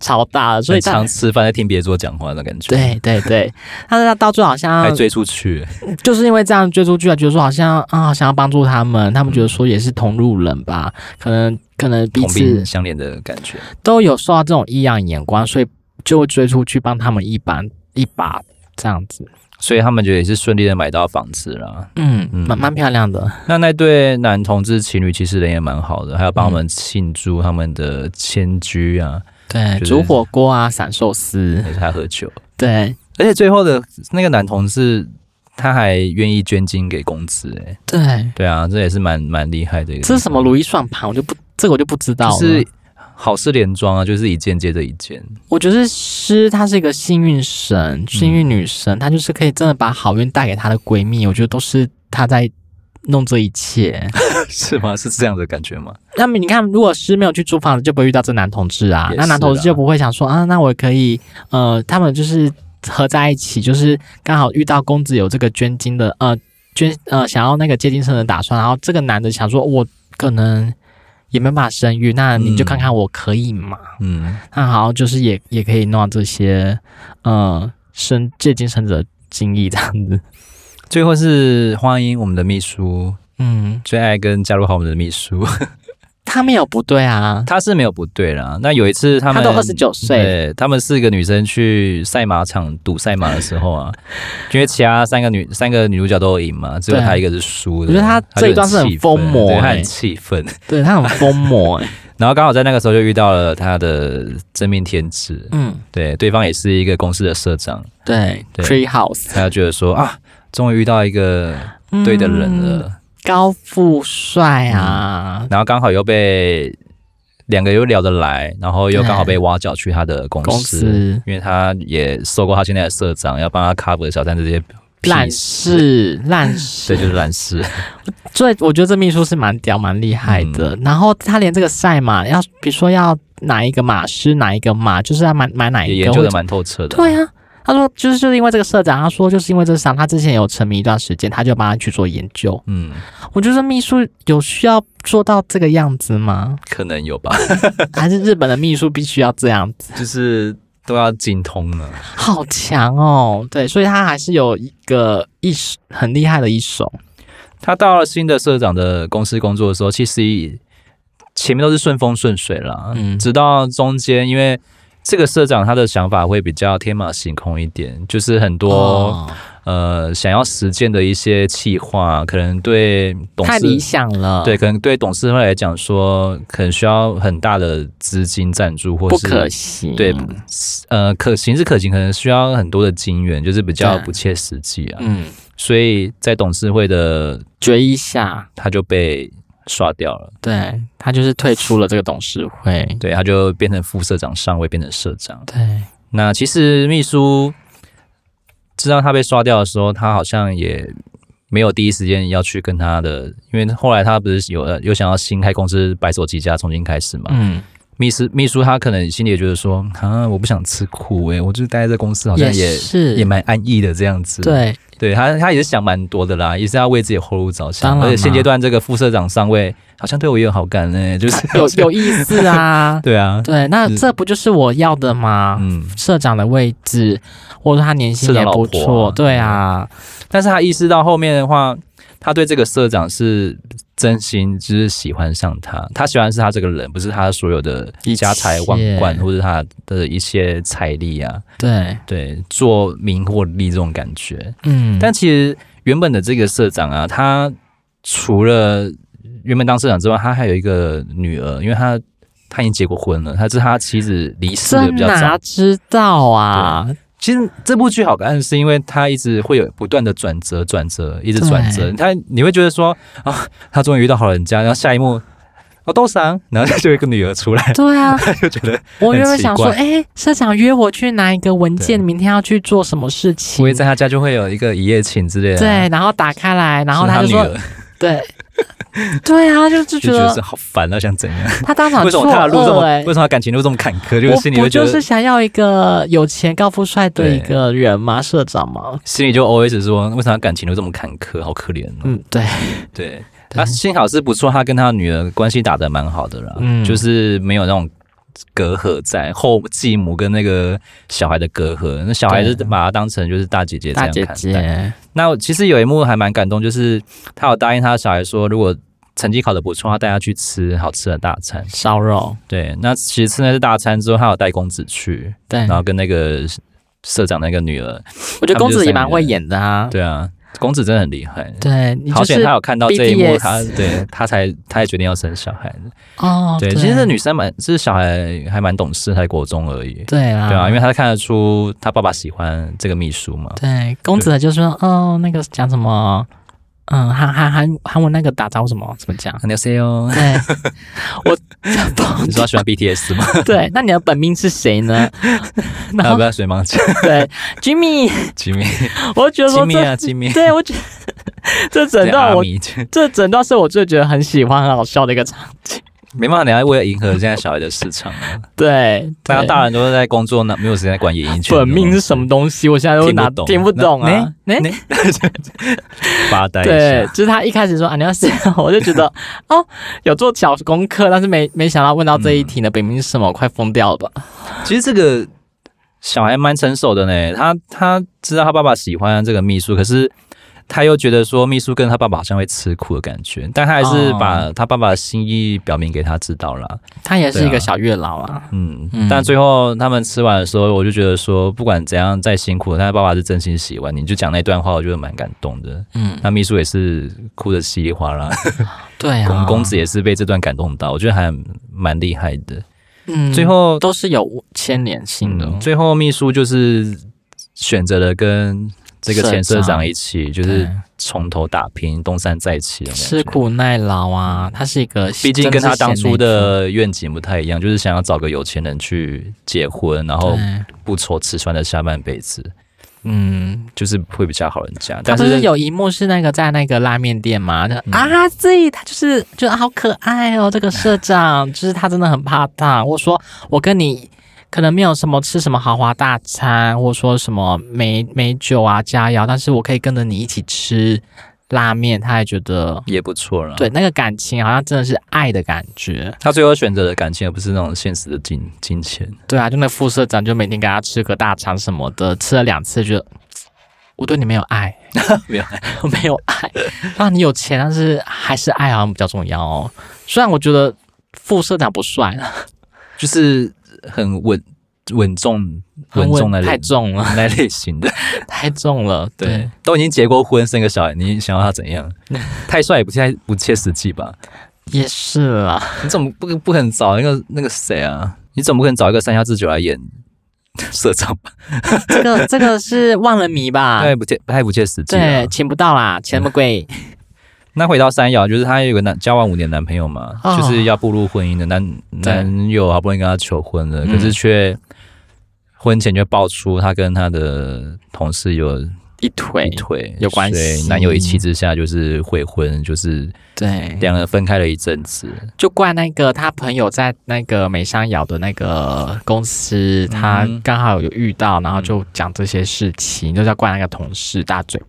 [SPEAKER 2] 超大的，所以
[SPEAKER 1] 很
[SPEAKER 2] 他
[SPEAKER 1] 常吃饭在听别桌讲话的感觉，，
[SPEAKER 2] 对对对，但是 [laughs] 他到最后好像
[SPEAKER 1] 还追出去，
[SPEAKER 2] 就是因为这样追出去啊，觉得说好像啊，好像要帮助他们，他们觉得说也是同路人吧，可能可能彼
[SPEAKER 1] 嗯同
[SPEAKER 2] 此
[SPEAKER 1] 病相怜的感觉。
[SPEAKER 2] 都有受到这种异样眼光，所以就会追出去帮他们一把一把这样子。
[SPEAKER 1] 所以他们觉得也是顺利的买到房子啦。
[SPEAKER 2] 嗯，
[SPEAKER 1] 嗯
[SPEAKER 2] 蛮蛮漂亮的。
[SPEAKER 1] [laughs] 那那对男同志情侣其实人也蛮好的，还要帮他们庆祝他们的迁居 [laughs] 啊，
[SPEAKER 2] 对，
[SPEAKER 1] 就是
[SPEAKER 2] 煮火锅啊，散寿司，
[SPEAKER 1] 也是还喝酒，
[SPEAKER 2] 对
[SPEAKER 1] 而且最后的那个男同志他还愿意捐精给公司、欸，
[SPEAKER 2] 对，
[SPEAKER 1] 对啊，这也是蛮蛮厉害的一个地方。
[SPEAKER 2] 这是什么如意算盘？我就不这个我就不知道了。
[SPEAKER 1] 就是好事连庄啊，就是一件接着一件。
[SPEAKER 2] 我觉得诗她是一个幸运神，幸运女神，她就是可以真的把好运带给她的闺蜜。我觉得都是她在弄这一切。
[SPEAKER 1] [laughs] 是吗？是这样的感觉吗？
[SPEAKER 2] 那么你看，如果是没有去租房子，就不会遇到这男同志啊
[SPEAKER 1] 也。是
[SPEAKER 2] 那
[SPEAKER 1] 啊
[SPEAKER 2] 男同志就不会想说啊，那我可以呃，他们就是合在一起，就是刚好遇到公子有这个捐精的呃捐呃想要那个接精生的打算，然后这个男的想说，我可能也没办法生育，那你就
[SPEAKER 1] 嗯
[SPEAKER 2] 看看我可以吗？
[SPEAKER 1] 嗯，
[SPEAKER 2] 那好，就是也也可以弄到这些呃生借精生者的精液这样子。
[SPEAKER 1] 最后是欢迎我们的秘书
[SPEAKER 2] 嗯，
[SPEAKER 1] 最爱跟加入好我们的秘书， [laughs]
[SPEAKER 2] 他没有不对啊，
[SPEAKER 1] 他是没有不对啦。那有一次他
[SPEAKER 2] 他
[SPEAKER 1] 们
[SPEAKER 2] 都二十九岁了，
[SPEAKER 1] 对，他们四个女生去赛马场赌赛马的时候
[SPEAKER 2] [laughs]
[SPEAKER 1] 啊，因为其他三个女三个女主角都有赢嘛，只有
[SPEAKER 2] 对
[SPEAKER 1] 她一个是输的。
[SPEAKER 2] 我觉得她
[SPEAKER 1] 就
[SPEAKER 2] 这一段是很
[SPEAKER 1] 气愤
[SPEAKER 2] 疯魔
[SPEAKER 1] 对她
[SPEAKER 2] 欸
[SPEAKER 1] 很气愤。
[SPEAKER 2] 对他很疯魔、欸。
[SPEAKER 1] 然后刚好在那个时候就遇到了她的真命天子，
[SPEAKER 2] [laughs] 嗯，
[SPEAKER 1] 对，对方也是一个公司的社长，
[SPEAKER 2] 对
[SPEAKER 1] 对
[SPEAKER 2] ，Tree House
[SPEAKER 1] 他就觉得说啊，终于遇到一个对的人了，
[SPEAKER 2] 嗯高富帅啊，
[SPEAKER 1] 然后刚好又被两个又聊得来，然后又刚好
[SPEAKER 2] 对
[SPEAKER 1] 被挖角去他的公司，
[SPEAKER 2] 哎公司
[SPEAKER 1] 因为他也受过他现在的社长要帮他 cover 小三这些屁
[SPEAKER 2] 烂
[SPEAKER 1] 事，
[SPEAKER 2] 事烂
[SPEAKER 1] 对，
[SPEAKER 2] 事。
[SPEAKER 1] 就是烂事，
[SPEAKER 2] 所以我觉得这秘书是蛮屌蛮厉害的。然后他连这个赛马要，比如说要哪一个马师哪一个马，就是要买买
[SPEAKER 1] [laughs]
[SPEAKER 2] 哪
[SPEAKER 1] 也
[SPEAKER 2] 一个，
[SPEAKER 1] 研
[SPEAKER 2] 或
[SPEAKER 1] 究
[SPEAKER 2] 者
[SPEAKER 1] 的蛮透彻的。
[SPEAKER 2] 对啊，他说就是就是因为这个社长，他说就是因为这个社长，他之前有沉迷一段时间，他就帮他去做研究。
[SPEAKER 1] 嗯，
[SPEAKER 2] 我觉得秘书有需要做到这个样子
[SPEAKER 1] [laughs]
[SPEAKER 2] 吗？
[SPEAKER 1] 可能有
[SPEAKER 2] [laughs]
[SPEAKER 1] 吧，
[SPEAKER 2] 还是日本的秘书必须要这样子？
[SPEAKER 1] 就是都要精通了。
[SPEAKER 2] 好强哦！对，所以他还是有一个一手很厉害的一手。
[SPEAKER 1] 他到了新的社长的公司工作的时候，其实前面都是顺风顺水啦，
[SPEAKER 2] 嗯
[SPEAKER 1] 直到中间，因为这个社长他的想法会比较天马行空一点，就是很多、
[SPEAKER 2] 哦
[SPEAKER 1] 呃想要实践的一些企划，可能对董
[SPEAKER 2] 太理
[SPEAKER 1] 事
[SPEAKER 2] 想了，
[SPEAKER 1] 对，可能对董事会来讲说，可能需要很大的资金赞助，或
[SPEAKER 2] 不
[SPEAKER 1] 是
[SPEAKER 2] 可行。啊
[SPEAKER 1] 对呃可行是可行，可能需要很多的金源，就是比较
[SPEAKER 2] 对
[SPEAKER 1] 不切实际啊。
[SPEAKER 2] 嗯，
[SPEAKER 1] 所以在董事会的
[SPEAKER 2] 决一下，
[SPEAKER 1] 他就被刷掉了，
[SPEAKER 2] 对他就是退出了这个董事会。
[SPEAKER 1] 对，他就变成副社长上位，变成社长。
[SPEAKER 2] 对，
[SPEAKER 1] 那其实秘书知道他被刷掉的时候，他好像也没有第一时间要去跟他的，因为后来他不是有有想要新开公司白手起家重新开始嘛，
[SPEAKER 2] 嗯，
[SPEAKER 1] 秘书秘书他可能心里也觉得说啊，我不想吃苦诶、我就待在公司好像也
[SPEAKER 2] 是
[SPEAKER 1] 也蛮安逸的这样子。
[SPEAKER 2] 对，
[SPEAKER 1] 对他，他也是想蛮多的啦，也是要为自己的后路着
[SPEAKER 2] 当
[SPEAKER 1] 想。
[SPEAKER 2] 然啦
[SPEAKER 1] 而且现阶段这个副社长上位，好像对我也有好感呢、就是。
[SPEAKER 2] [laughs] 有有意思啊
[SPEAKER 1] 对啊，
[SPEAKER 2] 对，啊那这不就是我要的吗？
[SPEAKER 1] 嗯，
[SPEAKER 2] 社长的位置，或者他年薪
[SPEAKER 1] 社
[SPEAKER 2] 也不
[SPEAKER 1] 长老
[SPEAKER 2] 错，
[SPEAKER 1] 婆啊
[SPEAKER 2] 对啊，
[SPEAKER 1] 但是他意识到后面的话，他对这个社长是真心，就是喜欢上他。他喜欢是他这个人，不是他所有的
[SPEAKER 2] 一切
[SPEAKER 1] 家财万贯或者他的一些财力啊，
[SPEAKER 2] 对，
[SPEAKER 1] 对，做名或利这种感觉。
[SPEAKER 2] 嗯，
[SPEAKER 1] 但其实原本的这个社长啊，他除了原本当社长之外，他还有一个女儿，因为他他已经结过婚了，他是他妻子离世的
[SPEAKER 2] 这
[SPEAKER 1] 比较早
[SPEAKER 2] 哪。知道啊？
[SPEAKER 1] 其实这部剧好看，是因为它一直会有不断的转折，转折，一直转折。
[SPEAKER 2] 对
[SPEAKER 1] 他你会觉得说啊，他终于遇到好人家，然后下一幕哦，豆桑，然后就有一个女儿出来，
[SPEAKER 2] [laughs] 对啊，
[SPEAKER 1] 就觉得
[SPEAKER 2] 我原本想说，
[SPEAKER 1] 很
[SPEAKER 2] 哎、社长约我去拿一个文件，
[SPEAKER 1] 对
[SPEAKER 2] 明天要去做什么事情
[SPEAKER 1] 不？会在他家就会有一个一夜情之类的。
[SPEAKER 2] 对，然后打开来，然后
[SPEAKER 1] 是
[SPEAKER 2] 他
[SPEAKER 1] 他
[SPEAKER 2] 就
[SPEAKER 1] 女
[SPEAKER 2] 说，
[SPEAKER 1] 儿
[SPEAKER 2] 对， [laughs] 对啊，就就觉
[SPEAKER 1] 就觉得是
[SPEAKER 2] 得
[SPEAKER 1] 好烦啊，想怎样？
[SPEAKER 2] 他当场
[SPEAKER 1] 为什
[SPEAKER 2] 错
[SPEAKER 1] 么他的路这
[SPEAKER 2] 愕
[SPEAKER 1] 么，
[SPEAKER 2] 哎、
[SPEAKER 1] 为什么他感情路这么坎坷？欸就是心里
[SPEAKER 2] 我
[SPEAKER 1] 会
[SPEAKER 2] 我
[SPEAKER 1] 觉
[SPEAKER 2] 就
[SPEAKER 1] 得
[SPEAKER 2] 是，想要一个有钱高富帅的一
[SPEAKER 1] 对
[SPEAKER 2] 个人嘛，社长嘛，
[SPEAKER 1] 心里就 always 说，为什么他感情路这么坎坷？好可怜哦。
[SPEAKER 2] 嗯，对，
[SPEAKER 1] 对，他幸好是不错，他跟他女儿关系打得蛮好的啦，
[SPEAKER 2] 嗯
[SPEAKER 1] 就是没有那种隔阂在后继母跟那个小孩的隔阂，那小孩就
[SPEAKER 2] 对
[SPEAKER 1] 把她当成就是大姐姐这
[SPEAKER 2] 大
[SPEAKER 1] 样
[SPEAKER 2] 姐
[SPEAKER 1] 看待。
[SPEAKER 2] 姐，
[SPEAKER 1] 那我其实有一幕还蛮感动，就是他有答应他的小孩说，如果成绩考得不错，他带他去吃好吃的大餐。
[SPEAKER 2] 烧肉，
[SPEAKER 1] 对，那其实吃那次大餐之后，他有带公子去，
[SPEAKER 2] 对
[SPEAKER 1] 然，后跟那个社长那个女儿，
[SPEAKER 2] 我觉得
[SPEAKER 1] 他们
[SPEAKER 2] 公
[SPEAKER 1] 就
[SPEAKER 2] 子也
[SPEAKER 1] 三
[SPEAKER 2] 蛮
[SPEAKER 1] 个
[SPEAKER 2] 会
[SPEAKER 1] 人
[SPEAKER 2] 演的啊，
[SPEAKER 1] 对啊，公子真的很厉害。
[SPEAKER 2] 对，你
[SPEAKER 1] 好
[SPEAKER 2] 就
[SPEAKER 1] 险，
[SPEAKER 2] 是
[SPEAKER 1] 他有看到这一幕，
[SPEAKER 2] BTS
[SPEAKER 1] 他对他才他才决定要生小孩。
[SPEAKER 2] 哦，
[SPEAKER 1] 对，其实这女生蛮，这小孩还蛮懂事，才国中而已。
[SPEAKER 2] 对啦，
[SPEAKER 1] 对啊，因为她看得出她爸爸喜欢这个秘书嘛。
[SPEAKER 2] 对，公子就说，哦，那个讲什么，嗯，韩韩韩韩文那个打招呼什么怎么讲？
[SPEAKER 1] 안녕하세요， [laughs]
[SPEAKER 2] 对，我
[SPEAKER 1] 你说她喜欢 BTS 吗？
[SPEAKER 2] 对，那你的本命是谁
[SPEAKER 1] [laughs]
[SPEAKER 2] 呢？ [laughs] 然
[SPEAKER 1] 啊，
[SPEAKER 2] 后
[SPEAKER 1] 不要水 [laughs] 盲姐，
[SPEAKER 2] 对，Jimmy，
[SPEAKER 1] 吉米，
[SPEAKER 2] 我觉得
[SPEAKER 1] 吉
[SPEAKER 2] 说
[SPEAKER 1] 米
[SPEAKER 2] 这，
[SPEAKER 1] 啊，吉米，[laughs]
[SPEAKER 2] 对我觉得这整
[SPEAKER 1] 对
[SPEAKER 2] 段
[SPEAKER 1] 阿
[SPEAKER 2] 我
[SPEAKER 1] 米，
[SPEAKER 2] 这整段是我最觉得很喜欢、很好笑的一个场景。
[SPEAKER 1] 没办法，你要为了迎合现在小孩的市场啊。
[SPEAKER 2] 对，
[SPEAKER 1] 大家
[SPEAKER 2] 对
[SPEAKER 1] 大人都是在工作，那没有时间管演艺圈。
[SPEAKER 2] 本命是什么？东西？我现在都
[SPEAKER 1] 听
[SPEAKER 2] 拿
[SPEAKER 1] 不懂，
[SPEAKER 2] 听不懂啊。
[SPEAKER 1] 那
[SPEAKER 2] 哎
[SPEAKER 1] 那发呆一
[SPEAKER 2] 对，
[SPEAKER 1] 下。
[SPEAKER 2] 就是他一开始说啊你要这样， [laughs] 我就觉
[SPEAKER 1] [laughs]
[SPEAKER 2] 得哦，有做小功课，但是没没想到问到这一题呢，嗯本名是什么，我快疯掉了吧？
[SPEAKER 1] 其实这个小孩蛮成熟的呢，他他知道他爸爸喜欢这个秘书，可是他又觉得说秘书跟他爸爸好像会吃苦的感觉，但他还是
[SPEAKER 2] 哦
[SPEAKER 1] 把他爸爸的心意表明给他知道啦。
[SPEAKER 2] 他也是一
[SPEAKER 1] 对
[SPEAKER 2] 个
[SPEAKER 1] 啊
[SPEAKER 2] 小月老啊，
[SPEAKER 1] 嗯，
[SPEAKER 2] 嗯
[SPEAKER 1] 但最后他们吃完的时候，我就觉得说，不管怎样再辛苦，他爸爸是真心喜欢你，就讲那段话，我觉得蛮感动的。
[SPEAKER 2] 嗯，
[SPEAKER 1] 那秘书也是哭得稀里哗啦，
[SPEAKER 2] 对啊，
[SPEAKER 1] 公公子也是被这段感动到，我觉得还蛮厉害的。
[SPEAKER 2] 嗯，
[SPEAKER 1] 最后
[SPEAKER 2] 都是有牵连性的，
[SPEAKER 1] 嗯最后秘书就是选择了跟这个前社长一起，就是从头打拼，东山再起的
[SPEAKER 2] 对
[SPEAKER 1] 感觉
[SPEAKER 2] 吃。苦耐劳啊，他是一个，
[SPEAKER 1] 嗯毕竟跟他当初
[SPEAKER 2] 真是贤内
[SPEAKER 1] 的愿景不太一样，就是想要找个有钱人去结婚，然
[SPEAKER 2] 助
[SPEAKER 1] 后
[SPEAKER 2] 对
[SPEAKER 1] 不愁吃穿的下半辈子，
[SPEAKER 2] 嗯，
[SPEAKER 1] 就是会比较好人家。
[SPEAKER 2] 他
[SPEAKER 1] 但
[SPEAKER 2] 不是
[SPEAKER 1] 是
[SPEAKER 2] 有一幕是那个在那个拉面店嘛，就、啊自己他就是觉得好可爱哦，这个社长就是他真的很怕烫。我说我跟你可能没有什么吃什么豪华大餐，或者说什么美美酒啊佳肴，但是我可以跟着你一起吃拉面，他还觉得。
[SPEAKER 1] 也不错了。
[SPEAKER 2] 对，那个感情好像真的是爱的感觉。
[SPEAKER 1] 他最后选择的感情，而不是那种现实的金金钱。
[SPEAKER 2] 对啊，就那副社长就每天给他吃个大肠什么的，吃了两次，觉得我对你没有爱，
[SPEAKER 1] [laughs] 没有，
[SPEAKER 2] 我 [laughs] 没有爱。让你有钱，但是还是爱好像比较重要哦。虽然我觉得副社长不帅，啊
[SPEAKER 1] 就是很稳稳重、
[SPEAKER 2] 很
[SPEAKER 1] 稳重的
[SPEAKER 2] 太
[SPEAKER 1] 类
[SPEAKER 2] 重了，
[SPEAKER 1] [laughs] 那类型的。
[SPEAKER 2] 太重了。对，
[SPEAKER 1] 对，都已经结过婚，生个小孩，你想要他怎
[SPEAKER 2] [laughs]
[SPEAKER 1] 样？太帅也不太不切实际吧？
[SPEAKER 2] 也是啊，
[SPEAKER 1] 你怎么不不肯找那个那个谁啊？你怎么不肯找一个山下智久来演 [laughs] 社长吧？
[SPEAKER 2] 这个这个是万人迷
[SPEAKER 1] [laughs]
[SPEAKER 2] 吧？
[SPEAKER 1] 太不切太不切实际了
[SPEAKER 2] 啊对，。请不到啦，钱那么贵。
[SPEAKER 1] 嗯那回到山瑶，就是她有个男交往五年男朋友嘛，
[SPEAKER 2] 哦
[SPEAKER 1] 就是要步入婚姻的男
[SPEAKER 2] 对
[SPEAKER 1] 男友，好不容易跟她求婚了，
[SPEAKER 2] 嗯
[SPEAKER 1] 可是却婚前就爆出她跟她的同事有
[SPEAKER 2] 一腿
[SPEAKER 1] 一。腿
[SPEAKER 2] 有关系
[SPEAKER 1] 所以男友一气之下就是悔婚，就是
[SPEAKER 2] 对，
[SPEAKER 1] 两人分开了一阵子。
[SPEAKER 2] 就怪那个他朋友在那个美商瑶的那个公司，他
[SPEAKER 1] 嗯
[SPEAKER 2] 刚好有遇到，然后就讲这些事情，就是要怪那个同事大嘴巴。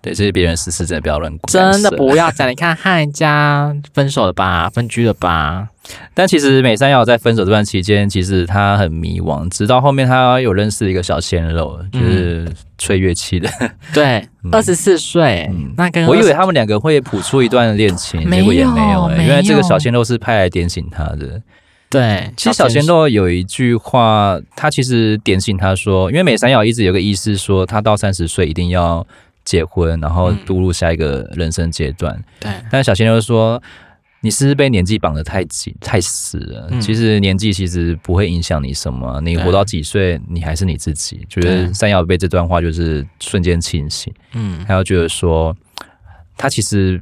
[SPEAKER 1] 对，这些别人私事真的不要乱管。
[SPEAKER 2] 真的不要讲，你看害人家分手了吧，分居了吧，
[SPEAKER 1] 但其实美山瑶在分手这段期间，其实她很迷惘，直到后面她有认识一个小鲜肉，就
[SPEAKER 2] 嗯
[SPEAKER 1] 是吹乐器的。
[SPEAKER 2] 哎对，二十四岁
[SPEAKER 1] 嗯，
[SPEAKER 2] 那跟
[SPEAKER 1] 我以为
[SPEAKER 2] 20
[SPEAKER 1] 他们两个会谱出一段恋情，
[SPEAKER 2] 没
[SPEAKER 1] 结果也
[SPEAKER 2] 有
[SPEAKER 1] 没有、欸。
[SPEAKER 2] 没
[SPEAKER 1] 原来这个
[SPEAKER 2] 有
[SPEAKER 1] 小鲜肉是派来点醒她的。
[SPEAKER 2] 对，
[SPEAKER 1] 其实小鲜肉有一句话，他其实点醒她说，因为美山瑶一直有个意思说，她到三十岁一定要结婚，然后
[SPEAKER 2] 嗯
[SPEAKER 1] 步入下一个人生阶段。
[SPEAKER 2] 对
[SPEAKER 1] 但小鲜肉说：“你是不是被年纪绑得太紧太死了？
[SPEAKER 2] 嗯
[SPEAKER 1] 其实年纪其实不会影响你什么，你
[SPEAKER 2] 对
[SPEAKER 1] 活到几岁，你还是你自己。”觉得
[SPEAKER 2] 对
[SPEAKER 1] 山药被这段话就是瞬间清醒，
[SPEAKER 2] 嗯
[SPEAKER 1] 还有觉得说他其实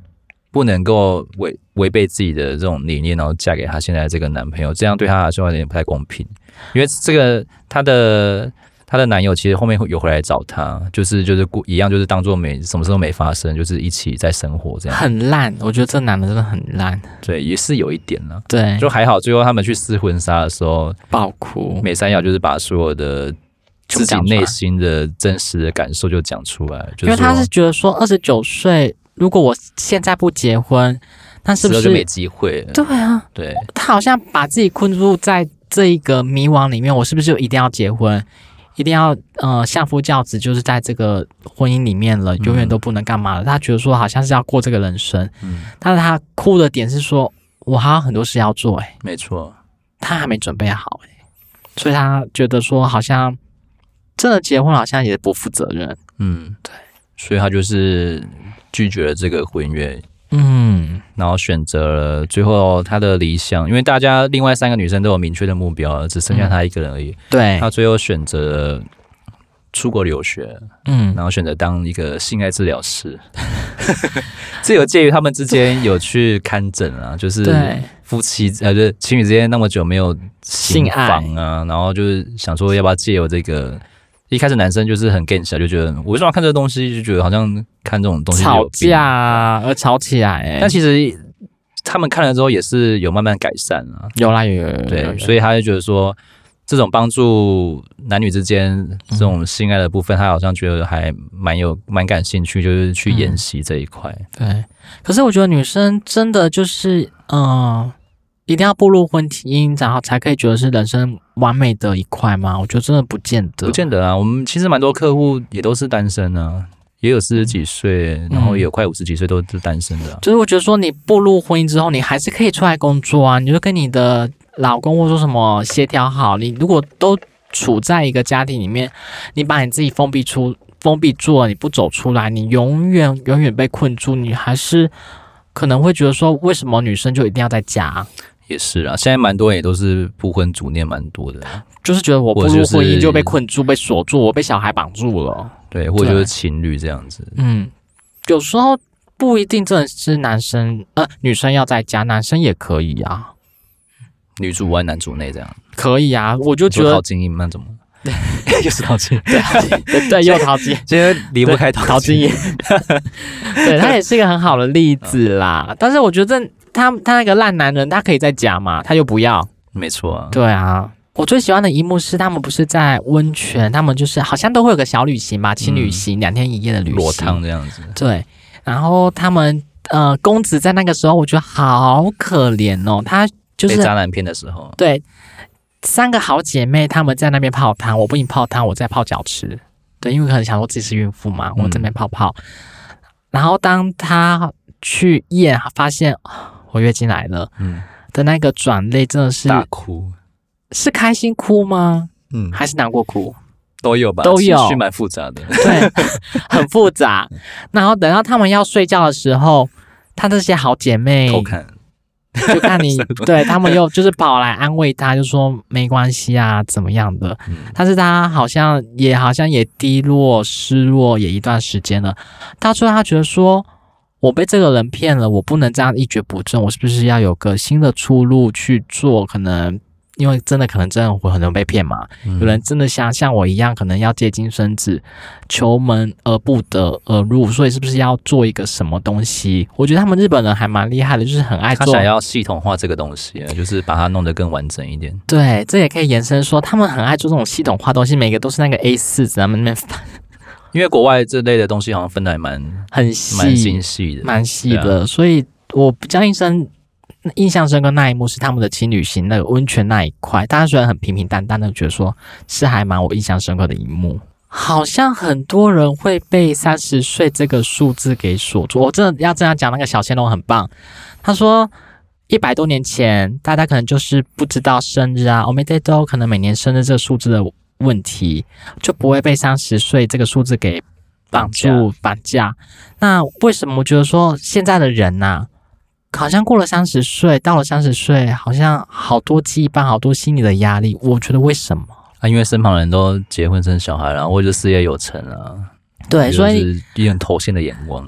[SPEAKER 1] 不能够违违背自己的这种理念，然后嫁给他现在这个男朋友，这样对他来说有点不太公平，因为这个他的。她的男友其实后面会有回来找她，就是就是故一样，就是当做没什么事都没发生，就是一起在生活这样。
[SPEAKER 2] 很烂，我觉得这男的真的很烂，
[SPEAKER 1] 对，也是有一点啦。
[SPEAKER 2] 对，
[SPEAKER 1] 就还好，最后他们去撕婚纱的时候，
[SPEAKER 2] 爆哭，
[SPEAKER 1] 美山瑶就是把所有的自己
[SPEAKER 2] 全部讲出来
[SPEAKER 1] 内心的真实的感受就讲出来，就
[SPEAKER 2] 因为他
[SPEAKER 1] 说
[SPEAKER 2] 是觉得说二十九岁，如果我现在不结婚，那是
[SPEAKER 1] 之
[SPEAKER 2] 不
[SPEAKER 1] 后就没
[SPEAKER 2] 是？
[SPEAKER 1] 机会了。
[SPEAKER 2] 对啊，
[SPEAKER 1] 对，
[SPEAKER 2] 他好像把自己困住在这一个迷惘里面，我是不是就一定要结婚？一定要呃相夫教子，就是在这个婚姻里面了，永远都不能干嘛了。他觉得说好像是要过这个人生，
[SPEAKER 1] 嗯，
[SPEAKER 2] 但是他哭的点是说，我还有很多事要做、欸，
[SPEAKER 1] 没错，
[SPEAKER 2] 他还没准备好、欸，所以他觉得说好像真的结婚好像也不负责任，
[SPEAKER 1] 嗯，对，所以他就是拒绝了这个婚约。
[SPEAKER 2] 嗯，
[SPEAKER 1] 然后选择了最后她的理想，因为大家另外三个女生都有明确的目标，只剩
[SPEAKER 2] 嗯
[SPEAKER 1] 下她一个人而已。
[SPEAKER 2] 对，
[SPEAKER 1] 她最后选择了出国留学，
[SPEAKER 2] 嗯，
[SPEAKER 1] 然后选择当一个性爱治疗师。 [laughs] 这有介于他们之间有去看诊啊，就是
[SPEAKER 2] 对，
[SPEAKER 1] 夫妻呃，就是情侣之间那么久没有行房啊，然后就是想说要不要借由这个。一开始男生就是很 gay 小，就觉得我为什么要看这个东西，就觉得好像看这种东西就有
[SPEAKER 2] 吵
[SPEAKER 1] 病
[SPEAKER 2] 架。啊而吵起来、欸，
[SPEAKER 1] 但其实他们看了之后也是有慢慢改善啊，
[SPEAKER 2] 有啦有有有有有
[SPEAKER 1] 对，
[SPEAKER 2] 有
[SPEAKER 1] 所以他就觉得说，这种帮助男女之间这种性爱的部分，他好像觉得还蛮有蛮感兴趣，就是去演习这一块。
[SPEAKER 2] 对，可是我觉得女生真的就是，嗯、一定要步入婚姻，然后才可以觉得是人生完美的一块吗？我觉得真的不见得，
[SPEAKER 1] 不见得啊，我们其实蛮多客户也都是单身啊，也有四十几岁，然后也有快五十几岁都是单身的啊、
[SPEAKER 2] 就是我觉得说，你步入婚姻之后，你还是可以出来工作啊，你就跟你的老公或者说什么协调好。你如果都处在一个家庭里面，你把你自己封闭出、封闭住了，你不走出来，你永远永远被困住，你还是可能会觉得说，为什么女生就一定要在家？
[SPEAKER 1] 也是啊。现在蛮多人也都是不婚主念蛮多的，
[SPEAKER 2] 就是觉得我步
[SPEAKER 1] 或者
[SPEAKER 2] 入
[SPEAKER 1] 就是
[SPEAKER 2] 婚姻就被困住、被锁住，我被小孩绑住了。
[SPEAKER 1] 对，或者就是
[SPEAKER 2] 对
[SPEAKER 1] 情侣这样子。
[SPEAKER 2] 嗯，有时候不一定真的是男生呃女生要在家，男生也可以啊，
[SPEAKER 1] 女主外男主内这样，
[SPEAKER 2] 可以啊。我
[SPEAKER 1] 就
[SPEAKER 2] 就觉
[SPEAKER 1] 说
[SPEAKER 2] 得
[SPEAKER 1] 陶晶莹那种吗， [laughs] 又是陶晶莹，
[SPEAKER 2] 对对，又淘金，
[SPEAKER 1] [laughs] 今天离不开
[SPEAKER 2] [laughs] 淘
[SPEAKER 1] 陶晶
[SPEAKER 2] 金 [laughs]
[SPEAKER 1] 莹。
[SPEAKER 2] 也，对他也是一个很好的例子啦。但是我觉得他他那个烂男人，他可以在家嘛，他又不要。
[SPEAKER 1] 没错啊，
[SPEAKER 2] 对啊，我最喜欢的一幕是他们不是在温泉，他们就是好像都会有个小旅行吧，情侣行，两天一夜的旅行。
[SPEAKER 1] 裸汤这样子。
[SPEAKER 2] 对，然后他们呃，公子在那个时候，我觉得好可怜哦，他就
[SPEAKER 1] 被
[SPEAKER 2] 是
[SPEAKER 1] 渣男骗的时候，
[SPEAKER 2] 对三个好姐妹，她们在那边泡汤，我不仅泡汤，我在泡脚池。对，因为可能想说自己是孕妇嘛，
[SPEAKER 1] 嗯
[SPEAKER 2] 我这边泡泡。然后当她去验，发现啊我月经来了
[SPEAKER 1] 嗯，
[SPEAKER 2] 的那个转泪，真的是
[SPEAKER 1] 大哭，
[SPEAKER 2] 是开心哭吗？
[SPEAKER 1] 嗯，
[SPEAKER 2] 还是难
[SPEAKER 1] [laughs]
[SPEAKER 2] 过哭？
[SPEAKER 1] 都有吧，
[SPEAKER 2] 都有
[SPEAKER 1] 情绪蛮复杂的。
[SPEAKER 2] 对，很复杂。然后等到她们要睡觉的时候，她这些好姐妹
[SPEAKER 1] 偷看，
[SPEAKER 2] 就看
[SPEAKER 1] [laughs]
[SPEAKER 2] 你对他们又就是跑来安慰他，就说没关系啊，怎么样的。
[SPEAKER 1] 嗯
[SPEAKER 2] 但是他好像也好像也低落、失落也一段时间了。到最后他觉得说，我被这个人骗了，我不能这样一蹶不振，我是不是要有个新的出路去做？可能因为真的可能真的会很容易被骗嘛。
[SPEAKER 1] 嗯
[SPEAKER 2] 有人真的像像我一样，可能要借精生子，求门而不得而入，所以是不是要做一个什么东西？我觉得他们日本人还蛮厉害的，就是很爱
[SPEAKER 1] 他
[SPEAKER 2] 做。
[SPEAKER 1] 想要系统化这个东西，啊就是把它弄得更完整一点。
[SPEAKER 2] 对，这也可以延伸说，他们很爱做这种系统化东西，每个都是那个 A 四纸，他们那边翻
[SPEAKER 1] 因为国外这类的东西好像分的还蛮
[SPEAKER 2] 很细，
[SPEAKER 1] 蛮精细的，
[SPEAKER 2] 蛮细
[SPEAKER 1] 对
[SPEAKER 2] 的，啊所以我比较印象印象深刻那一幕是他们的情侣行那个温泉那一块，大家虽然很平平淡淡，但觉得说是还蛮我印象深刻的一幕。好像很多人会被三十岁这个数字给锁住。我真的要这样讲，那个小鲜肉很棒，他说。一百多年前，大家可能就是不知道生日啊，我们这都可能每年生日这个数字的问题，就不会被三十岁这个数字给绑住绑架。那为什么我觉得说现在的人呐、好像过了三十岁，到了三十岁，好像好多羁绊，好多心理的压力。我觉得为什么？
[SPEAKER 1] 啊，因为身旁的人都结婚生小孩了，或者事业有成了，
[SPEAKER 2] 对，哎所以
[SPEAKER 1] 就是一种投线的眼
[SPEAKER 2] [laughs]
[SPEAKER 1] 光。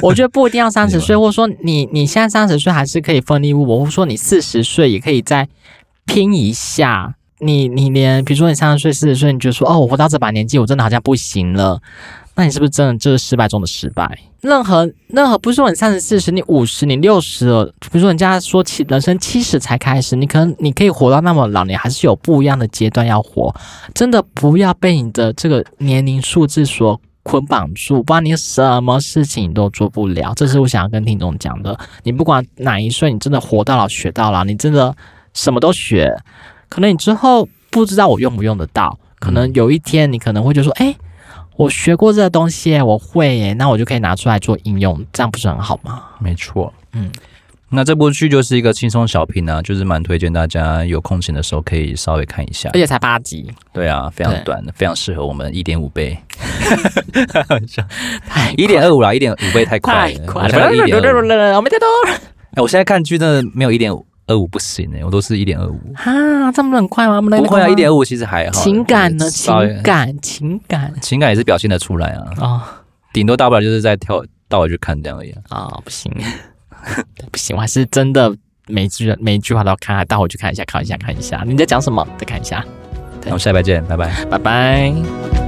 [SPEAKER 2] 我觉得不一定要三十
[SPEAKER 1] 对
[SPEAKER 2] 岁，或者说你你现在三十岁还是可以奋力一搏，或者说你四十岁也可以再拼一下。你你连比如说你三十岁、四十岁，你觉得说哦，我活到这把年纪，我真的好像不行了，那你是不是真的就是失败中的失败？任何任何不是说你三十、四十，你五十，你六十了，比如说人家说七人生七十才开始，你可能你可以活到那么老，你还是有不一样的阶段要活。真的不要被你的这个年龄数字所捆绑住，不然你什么事情都做不了。这是我想要跟听众讲的。你不管哪一岁，你真的活到老学到老，你真的什么都学。可能你之后不知道我用不用得到，可能有一天你可能会就说，哎、我学过这个东西耶，我会耶，那我就可以拿出来做应用，这样不是很好吗？
[SPEAKER 1] 没错，
[SPEAKER 2] 嗯，
[SPEAKER 1] 那这部剧就是一个轻松小品啊，就是蛮推荐大家有空闲的时候可以稍微看一下
[SPEAKER 2] 而。且才八集，
[SPEAKER 1] 对啊，非常
[SPEAKER 2] 哎对
[SPEAKER 1] 短，非常适合我们一点五倍，
[SPEAKER 2] 太
[SPEAKER 1] 一点二五啦，一点五倍太快
[SPEAKER 2] 太
[SPEAKER 1] 了，
[SPEAKER 2] 快
[SPEAKER 1] 我才
[SPEAKER 2] 了，
[SPEAKER 1] 一点二五。
[SPEAKER 2] 我们再多
[SPEAKER 1] 哎，我现在看剧真的没有一点二五不行哎、我都是一点二五。
[SPEAKER 2] 啊，这么很快吗？我们来
[SPEAKER 1] 不会啊，
[SPEAKER 2] 那个吗
[SPEAKER 1] 一点五其实还好。
[SPEAKER 2] 情感呢？
[SPEAKER 1] 就是稍微
[SPEAKER 2] 情感，情感
[SPEAKER 1] 情感也是表现得出来啊，
[SPEAKER 2] 哦
[SPEAKER 1] 顶多大不了就是在跳倒回去看这样而已啊、
[SPEAKER 2] 哦，不行， [laughs] 对不行，我还是真的每一句每一句话都要看，待会我去看一下，看一下，看一下，你在讲什么？再看一下，
[SPEAKER 1] 那我
[SPEAKER 2] 对
[SPEAKER 1] 们下礼拜见，拜拜。
[SPEAKER 2] 拜拜。